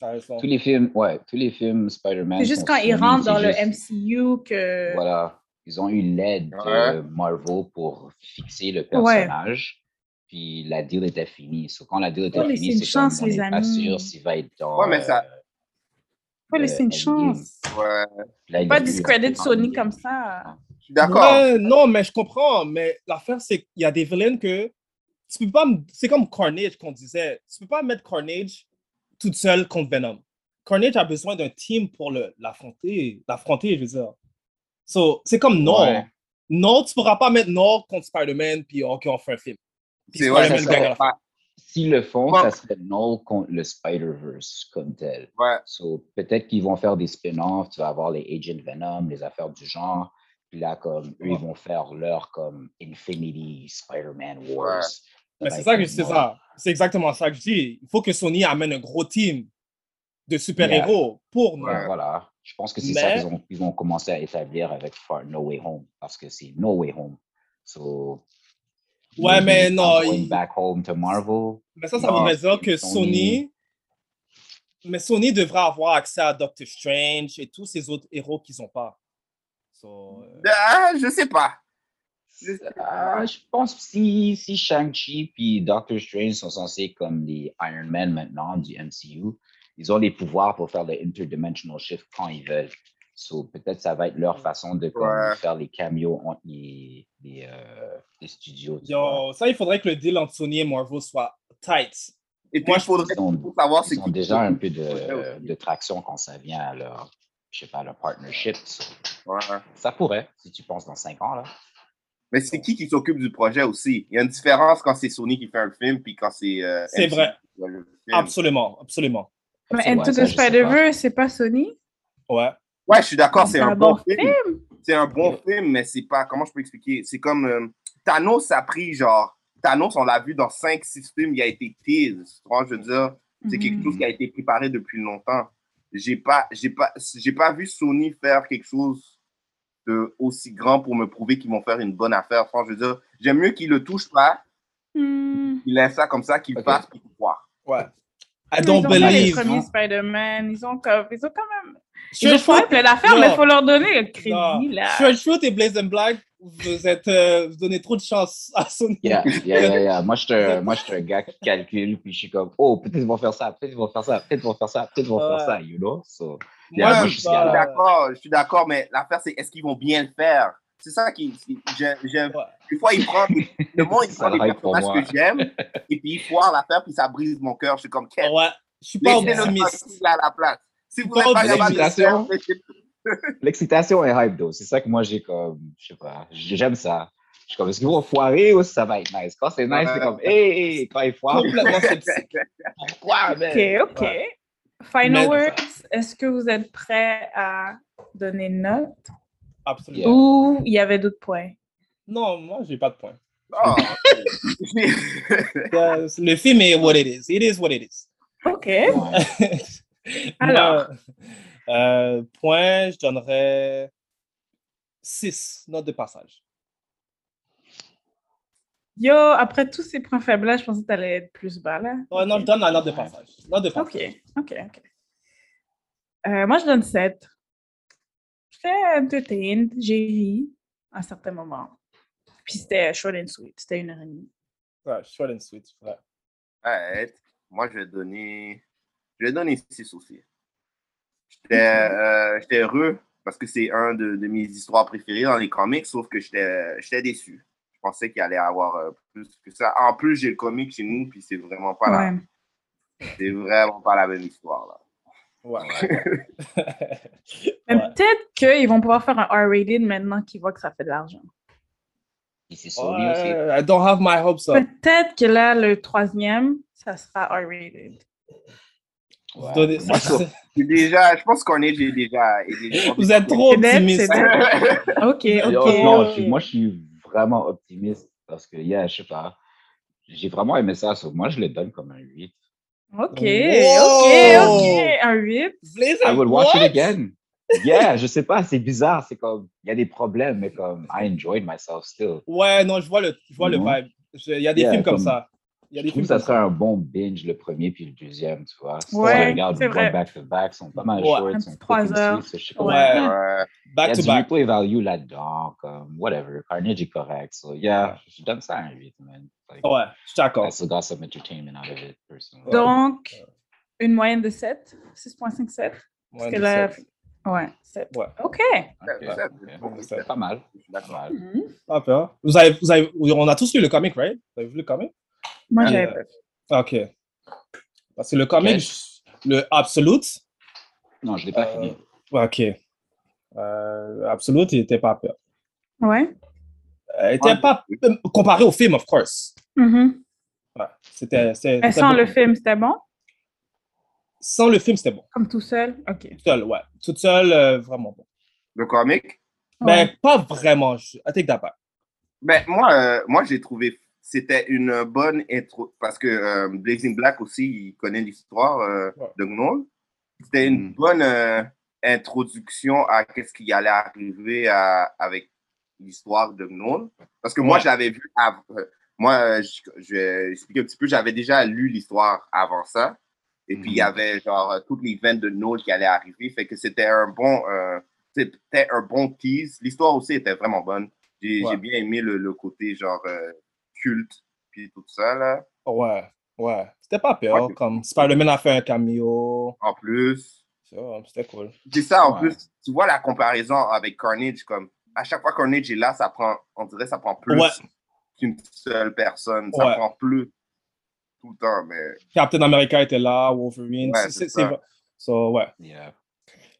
Speaker 3: T'as raison.
Speaker 6: Tous les films, ouais, tous les films Spider-Man.
Speaker 5: c'est juste
Speaker 6: sont
Speaker 5: quand
Speaker 6: Sony,
Speaker 5: ils rentrent
Speaker 6: c'est
Speaker 5: dans
Speaker 6: juste-
Speaker 5: le MCU que.
Speaker 6: Voilà. Ils ont eu l'aide de
Speaker 4: Ouais.
Speaker 6: Marvel pour fixer le personnage. Puis la deal était finie. So, quand la deal était
Speaker 5: Faut laisser
Speaker 6: finie,
Speaker 5: Oh, une
Speaker 6: c'est comme
Speaker 5: chance,
Speaker 6: on
Speaker 5: les
Speaker 6: n'est pas
Speaker 5: amis.
Speaker 6: sûr s'il va être dans.
Speaker 4: Ouais, mais ça-
Speaker 5: Faut
Speaker 6: euh,
Speaker 5: laisser une
Speaker 6: Endgame.
Speaker 5: chance.
Speaker 4: Ouais.
Speaker 6: Là, il
Speaker 5: Pas
Speaker 6: a eu un
Speaker 5: discredit
Speaker 6: peu
Speaker 5: Sony
Speaker 6: Endgame.
Speaker 5: comme ça.
Speaker 4: Je suis d'accord.
Speaker 3: Ouais, non, mais je comprends. Mais l'affaire, c'est qu'il y a des villains que tu peux pas. m- C'est comme Carnage qu'on disait. Tu peux pas mettre Carnage toute seule contre Venom. Carnage a besoin d'un team pour le- l'affronter. L'affronter, je veux dire. So, c'est comme Nord.
Speaker 6: Ouais.
Speaker 3: Nord, tu pourras pas mettre Nord contre Spider-Man, puis OK, on fait un film. Puis
Speaker 4: C'est ouais,
Speaker 3: Spider-Man
Speaker 6: ça, ça
Speaker 3: gagne à
Speaker 6: va
Speaker 3: la fin.
Speaker 4: pas-
Speaker 6: S'ils le font,
Speaker 4: Bon.
Speaker 6: ça serait Null contre le Spider-Verse comme tel.
Speaker 4: ouais.
Speaker 6: So, peut-être qu'ils vont faire des spin-offs, tu vas avoir les Agent Venom, les affaires du genre. Puis là, comme eux, ils vont faire leur comme Infinity Spider-Man Wars.
Speaker 4: Ouais.
Speaker 3: Mais
Speaker 6: va
Speaker 3: c'est
Speaker 6: être
Speaker 3: ça que
Speaker 6: comme
Speaker 3: c'est
Speaker 6: Null.
Speaker 3: ça. C'est exactement ça que je dis. Il faut que Sony amène un gros team de super-héros pour nous.
Speaker 6: Ouais, voilà. Je pense que c'est ça
Speaker 3: Mais-
Speaker 6: qu'ils ont, ils vont commencer à établir avec Far No Way Home, parce que c'est No Way Home. So,
Speaker 3: Ouais,
Speaker 6: maybe
Speaker 3: mais
Speaker 6: I'm
Speaker 3: non,
Speaker 6: Going
Speaker 3: il-
Speaker 6: back home to Marvel.
Speaker 3: Mais ça, ça
Speaker 6: Non,
Speaker 3: voudrait dire
Speaker 6: c'est
Speaker 3: que Sony.
Speaker 6: Sony.
Speaker 3: Mais Sony devrait avoir accès à Doctor Strange et tous ces autres héros qu'ils n'ont pas. So, euh,
Speaker 4: Ah, je sais pas.
Speaker 6: Ah, je pense que si, si Shang-Chi puis Doctor Strange sont censés comme les Iron Man maintenant du MCU, ils ont les pouvoirs pour faire le interdimensional shift quand ils veulent. So, peut-être ça va être leur façon de comme,
Speaker 4: Ouais.
Speaker 6: faire les cameos entre les, les, euh, les studios. tu vois.
Speaker 3: yo, ça, il faudrait que le deal entre Sony et Marvel soit tight.
Speaker 4: Et puis,
Speaker 3: Moi,
Speaker 4: il
Speaker 3: je-
Speaker 4: faudrait
Speaker 6: ils ont-
Speaker 4: pour savoir c'est
Speaker 6: Ils ont
Speaker 4: qui.
Speaker 6: déjà un peu de,
Speaker 4: Ouais.
Speaker 6: de traction quand ça vient à leur, je sais pas, leur partnership. So,
Speaker 4: Ouais.
Speaker 6: Ça pourrait, si tu penses dans cinq ans. Là.
Speaker 4: Mais c'est qui qui s'occupe du projet aussi. Il y a une différence quand c'est Sony qui fait un film puis quand c'est. euh,
Speaker 3: C'est
Speaker 4: MCU
Speaker 3: vrai.
Speaker 4: qui fait le film.
Speaker 3: Absolument, absolument.
Speaker 5: Mais
Speaker 6: Ouais,
Speaker 5: Into
Speaker 6: ça,
Speaker 5: the
Speaker 6: je sais pas.
Speaker 5: Spider-Verse, c'est pas Sony.
Speaker 3: Ouais.
Speaker 4: Ouais, je suis d'accord, c'est
Speaker 5: C'est
Speaker 4: un,
Speaker 5: un
Speaker 4: bon
Speaker 5: bon
Speaker 4: film. C'est un bon film, mais c'est pas. Comment je peux expliquer C'est comme euh, Thanos a pris genre. Thanos, on l'a vu dans 5-6 films, il a été teased. Tu vois, je veux dire, c'est quelque
Speaker 5: Mhm.
Speaker 4: chose qui a été préparé depuis longtemps. J'ai pas, j'ai pas, j'ai pas vu Sony faire quelque chose de aussi grand pour me prouver qu'ils vont faire une bonne affaire. Franchement, je veux dire, j'aime mieux qu'ils le touchent pas,
Speaker 5: Hmm.
Speaker 4: qu'ils laissent ça comme ça, qu'ils
Speaker 6: Ok.
Speaker 4: fassent pour croire.
Speaker 3: Ouais. I
Speaker 5: Mais
Speaker 3: don't
Speaker 5: ils ont fait les
Speaker 3: believe.
Speaker 5: premiers
Speaker 6: non?
Speaker 5: Spider-Man. Ils ont, comme- ils ont quand même.
Speaker 3: Sure
Speaker 5: Ils ont fait
Speaker 3: Foot-
Speaker 5: plein d'affaires, mais
Speaker 3: Non.
Speaker 5: il faut leur donner le crédit,
Speaker 3: non.
Speaker 5: là.
Speaker 3: Sure Foot et Blaze and Black, vous, êtes, euh, vous donnez trop de chance à Sony.
Speaker 6: Yeah, yeah, yeah, yeah. Moi, je suis un- moi, je suis un gars qui calcule, puis je suis comme, oh, peut-être ils vont faire ça, peut-être ils vont faire ça, peut-être ils vont faire ça, peut-être ils vont faire ça, you know? So, yeah, moi, je suis
Speaker 3: Euh,
Speaker 4: suis
Speaker 6: là.
Speaker 4: d'accord, je suis d'accord, mais l'affaire, c'est est-ce qu'ils vont bien le faire? C'est ça qui. qui- j'ai- j'ai- Des fois, ils prennent. Le monde, ils
Speaker 6: Ça
Speaker 4: prennent des
Speaker 6: hype pour
Speaker 4: personnages
Speaker 6: moi.
Speaker 4: que j'aime, et puis ils foirent l'affaire, puis ça brise mon cœur. Je suis comme, quel.
Speaker 3: euh, Ouais, je suis pas optimiste.
Speaker 4: à la place. Si vous n'êtes
Speaker 3: pas
Speaker 4: pas capable de le faire,
Speaker 6: L'excitation, l'excitation est hype, though. C'est ça que moi, j'ai comme, je sais pas, j'aime ça. Je suis comme, est-ce qu'ils vont foirer ou ça va être nice? Quand c'est nice, c'est comme, hey, hey, quand ils foirent.
Speaker 3: Complètement sceptique.
Speaker 6: Pourquoi, man?
Speaker 5: OK, OK.
Speaker 6: Ouais.
Speaker 5: Final
Speaker 6: Mais-
Speaker 5: words, est-ce que vous êtes prêts à donner une note
Speaker 3: Absolument.
Speaker 5: ou il y avait d'autres points?
Speaker 3: Non, moi, j'ai pas de point.
Speaker 4: oh, Euh,
Speaker 3: le film est what it is. It is what it is.
Speaker 5: OK.
Speaker 3: Alors. euh, point, je donnerais 6 notes de passage.
Speaker 5: Yo, après tous ces points faibles-là, je pensais que tu allais être plus bas, là.
Speaker 3: Ouais, non, je donne la note de passage. Note de
Speaker 5: OK,
Speaker 3: passage.
Speaker 5: OK, OK. Euh, moi, je donne 7. J'étais entertained, j'ai ri à certains moments. Puis c'était short and sweet, c'était une heure et demie.
Speaker 3: Ouais, short and sweet. Ouais.
Speaker 4: Ouais, moi, je vais donner. Je vais donner 6 aussi. J'étais euh, j'étais heureux parce que c'est un de, de mes histoires préférées dans les comics, sauf que j'étais j'étais déçu. Je pensais qu'il allait avoir euh, plus que ça. En plus, j'ai le comic chez nous, puis c'est vraiment pas la. C'est vraiment pas la même histoire, là.
Speaker 5: Mais peut-être qu'ils vont pouvoir faire un R-rated maintenant qu'ils voient que ça fait de l'argent.
Speaker 6: Sony aussi.
Speaker 3: Ouais, I don't have my hopes up.
Speaker 5: Peut-être que là, le troisième, ça sera R-rated.
Speaker 3: Vous donnez-
Speaker 4: Moi, je- j'ai déjà, je pense qu'on est j'ai déjà.
Speaker 3: Vous êtes trop
Speaker 5: C'est net,
Speaker 3: optimiste.
Speaker 5: c'est net. OK,
Speaker 6: Yo,
Speaker 5: OK.
Speaker 6: non, je suis- moi, je suis vraiment optimiste parce que, yeah, je sais pas, j'ai vraiment aimé ça. so moi, je le donne comme un 8.
Speaker 5: OK,
Speaker 3: Wow.
Speaker 5: OK, OK. Un 8.
Speaker 6: I will watch it again. Yeah, je sais pas, c'est bizarre. C'est comme, il y a des problèmes, mais comme, I enjoyed myself still.
Speaker 3: Ouais, non, je vois le, je vois le
Speaker 6: Mhm.
Speaker 3: vibe. Je- Il y a des
Speaker 6: Yeah,
Speaker 3: films comme
Speaker 6: comme-
Speaker 3: ça. Il y a
Speaker 6: Je
Speaker 3: des
Speaker 6: trouve
Speaker 3: films
Speaker 6: que ça
Speaker 3: comme
Speaker 6: serait un bon binge, le premier puis le deuxième, tu vois. Si
Speaker 3: Ouais,
Speaker 6: tu regardes
Speaker 3: c'est vrai.
Speaker 6: back to back, ils sont pas mal
Speaker 3: Ouais.
Speaker 6: shorts,
Speaker 3: Un
Speaker 6: ils
Speaker 3: petit
Speaker 6: sont
Speaker 3: trois
Speaker 6: quick and
Speaker 3: heures.
Speaker 6: sweet, so je sais
Speaker 3: Ouais.
Speaker 6: pas.
Speaker 4: euh,
Speaker 3: Back
Speaker 6: il y a
Speaker 3: to
Speaker 6: du
Speaker 3: back.
Speaker 6: replay value là-dedans, comme, whatever. Carnage est correct. So, yeah, je donne ça un 8, man. Like,
Speaker 3: ouais, je suis d'accord.
Speaker 6: I still got some entertainment out of it, personally.
Speaker 5: Donc, une moyenne de 7, 6.57. Parce
Speaker 6: Moyenne
Speaker 5: que
Speaker 6: de
Speaker 5: là,
Speaker 6: sept.
Speaker 5: ouais, 7.
Speaker 3: Ouais.
Speaker 5: OK.
Speaker 6: C'est pas mal. Pas mal.
Speaker 3: Ah, peur. Vous avez, vous avez, on a tous lu le comic, right? Vous avez vu le comic?
Speaker 5: Moi,
Speaker 3: Et,
Speaker 5: Ah, j'avais
Speaker 3: euh, Ok. Parce que le comic, je- le Absolute.
Speaker 6: Non, je l'ai pas fini.
Speaker 3: Ok. Euh, Absolute, il était pas peur.
Speaker 5: Ouais.
Speaker 3: Euh, Il était pas comparé au film, of course.
Speaker 5: Mhm.
Speaker 3: Ouais, c'était. c'était-
Speaker 5: Mais
Speaker 3: c'était
Speaker 5: sans
Speaker 3: bon.
Speaker 5: Ben, le film, c'était bon?
Speaker 3: Sans le film, c'était bon.
Speaker 5: Comme tout seul? OK.
Speaker 3: Toute seule, ouais. Toute seule, euh, vraiment bon.
Speaker 4: Le comic?
Speaker 3: Mais pas vraiment. Je... I take that back.
Speaker 4: Ben, moi, euh, moi j'ai trouvé c'était une bonne intro parce que euh, Blazing Black aussi, il connaît l'histoire euh, de Gnoll. C'était une bonne euh, introduction à qu'est-ce qui allait arriver à- avec l'histoire de Gnoll. Parce que moi,
Speaker 7: Ouais.
Speaker 4: je l'avais vu avant. Moi, euh, je, je vais expliquer un petit peu, j'avais déjà lu l'histoire avant ça. Et puis, il y
Speaker 3: Mhm.
Speaker 4: avait genre euh, toutes les veines de Noël qui allaient arriver. Fait que c'était un bon, euh, c'était un bon tease. L'histoire aussi était vraiment bonne. J'ai j'ai
Speaker 3: Ouais.
Speaker 4: bien aimé le, le côté genre euh, culte, puis tout ça là.
Speaker 3: Ouais, ouais. C'était pas peur. Comme Spider-Man a fait un cameo.
Speaker 4: En plus.
Speaker 3: C'était cool.
Speaker 4: C'est ça, en
Speaker 3: Ouais.
Speaker 4: plus, tu vois la comparaison avec Carnage, comme à chaque fois que Carnage est là, ça prend, on dirait que ça prend plus
Speaker 3: Ouais.
Speaker 4: qu'une seule personne. Ça
Speaker 3: Ouais.
Speaker 4: prend plus tout le temps, mais
Speaker 3: Captain America était là, Wolverine.
Speaker 4: Ouais,
Speaker 3: c'est-
Speaker 4: c'est
Speaker 3: c'est c'est
Speaker 4: ça.
Speaker 3: vrai. So, ouais.
Speaker 6: euh,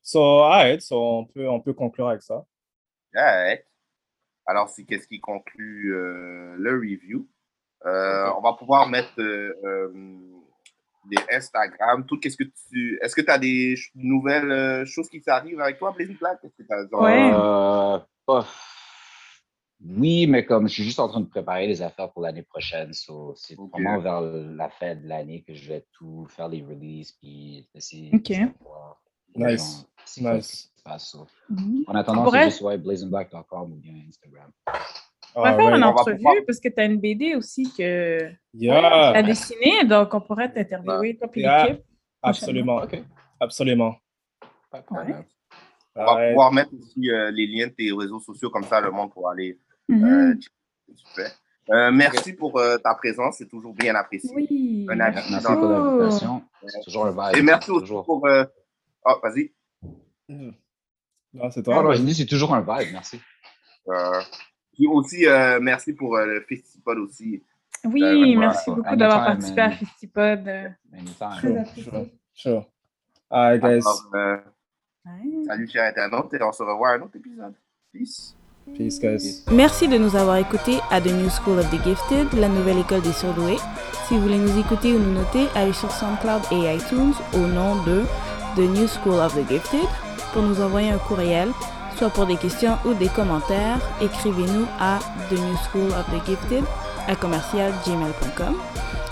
Speaker 3: So, alright. So, on peut, on peut conclure avec ça.
Speaker 4: Alright. Alors, c'est qu'est-ce qui conclut euh, le review. Euh, On va pouvoir mettre euh, euh, des Instagram, tout. Qu'est-ce que tu. Est-ce que tu as des ch- nouvelles euh, choses qui t'arrivent avec toi, Blazing Black? Est-ce que t'as-
Speaker 6: Euh, ouf. oui, mais comme je suis juste en train de préparer les affaires pour l'année prochaine, so c'est vraiment vers la fin de l'année que je vais tout faire les releases puis essayer de
Speaker 5: OK.
Speaker 6: savoir les gens,
Speaker 3: Nice.
Speaker 6: c'est quoi qui
Speaker 3: Nice.
Speaker 6: se passe, so.
Speaker 5: Mhm.
Speaker 6: En attendant,
Speaker 5: On pourrait-
Speaker 6: c'est juste ouais, blazingback.com ou bien Instagram.
Speaker 5: On
Speaker 3: Ah
Speaker 5: va faire une entrevue parce que tu as une BD aussi que
Speaker 3: Yeah.
Speaker 5: tu as dessinée, donc on pourrait t'interviewer, toi, puis
Speaker 3: Yeah.
Speaker 5: l'équipe.
Speaker 3: Absolument. Absolument.
Speaker 4: On va pouvoir mettre aussi euh, les liens de tes réseaux sociaux, comme ça, le monde pourra aller
Speaker 5: Mm-hmm.
Speaker 4: euh, tu fais. Euh, merci pour euh, ta présence, c'est toujours bien apprécié.
Speaker 8: Oui.
Speaker 4: Un avis
Speaker 6: Merci
Speaker 4: dans-
Speaker 6: pour l'invitation. C'est toujours le vibe.
Speaker 4: Et merci aussi
Speaker 6: Toujours.
Speaker 4: pour. euh, Ah, vas-y.
Speaker 3: Non, c'est
Speaker 6: Ah non, je dis, c'est toujours un vibe, merci.
Speaker 4: Euh, puis aussi, euh, merci pour euh, le festival aussi.
Speaker 8: Oui,
Speaker 4: Euh,
Speaker 8: merci
Speaker 4: voilà.
Speaker 8: beaucoup d'avoir participé à Festipod. euh, Très
Speaker 3: Sure.
Speaker 8: apprécié.
Speaker 3: Sure. All right, guys.
Speaker 4: Alors, euh,
Speaker 8: Ouais.
Speaker 4: salut, chers internautes, et on se revoit à un autre épisode. Peace.
Speaker 3: Peace, guys.
Speaker 5: Merci de nous avoir écoutés à The New School of the Gifted, la nouvelle école des surdoués. Si vous voulez nous écouter ou nous noter, allez sur SoundCloud et iTunes au nom de The New School of the Gifted pour nous envoyer un courriel, soit pour des questions ou des commentaires, écrivez-nous à The New School of the Gifted à commercialgmail.com.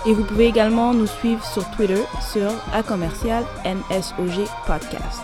Speaker 5: Et vous pouvez également nous suivre sur Twitter sur à commercial NSOG Podcast.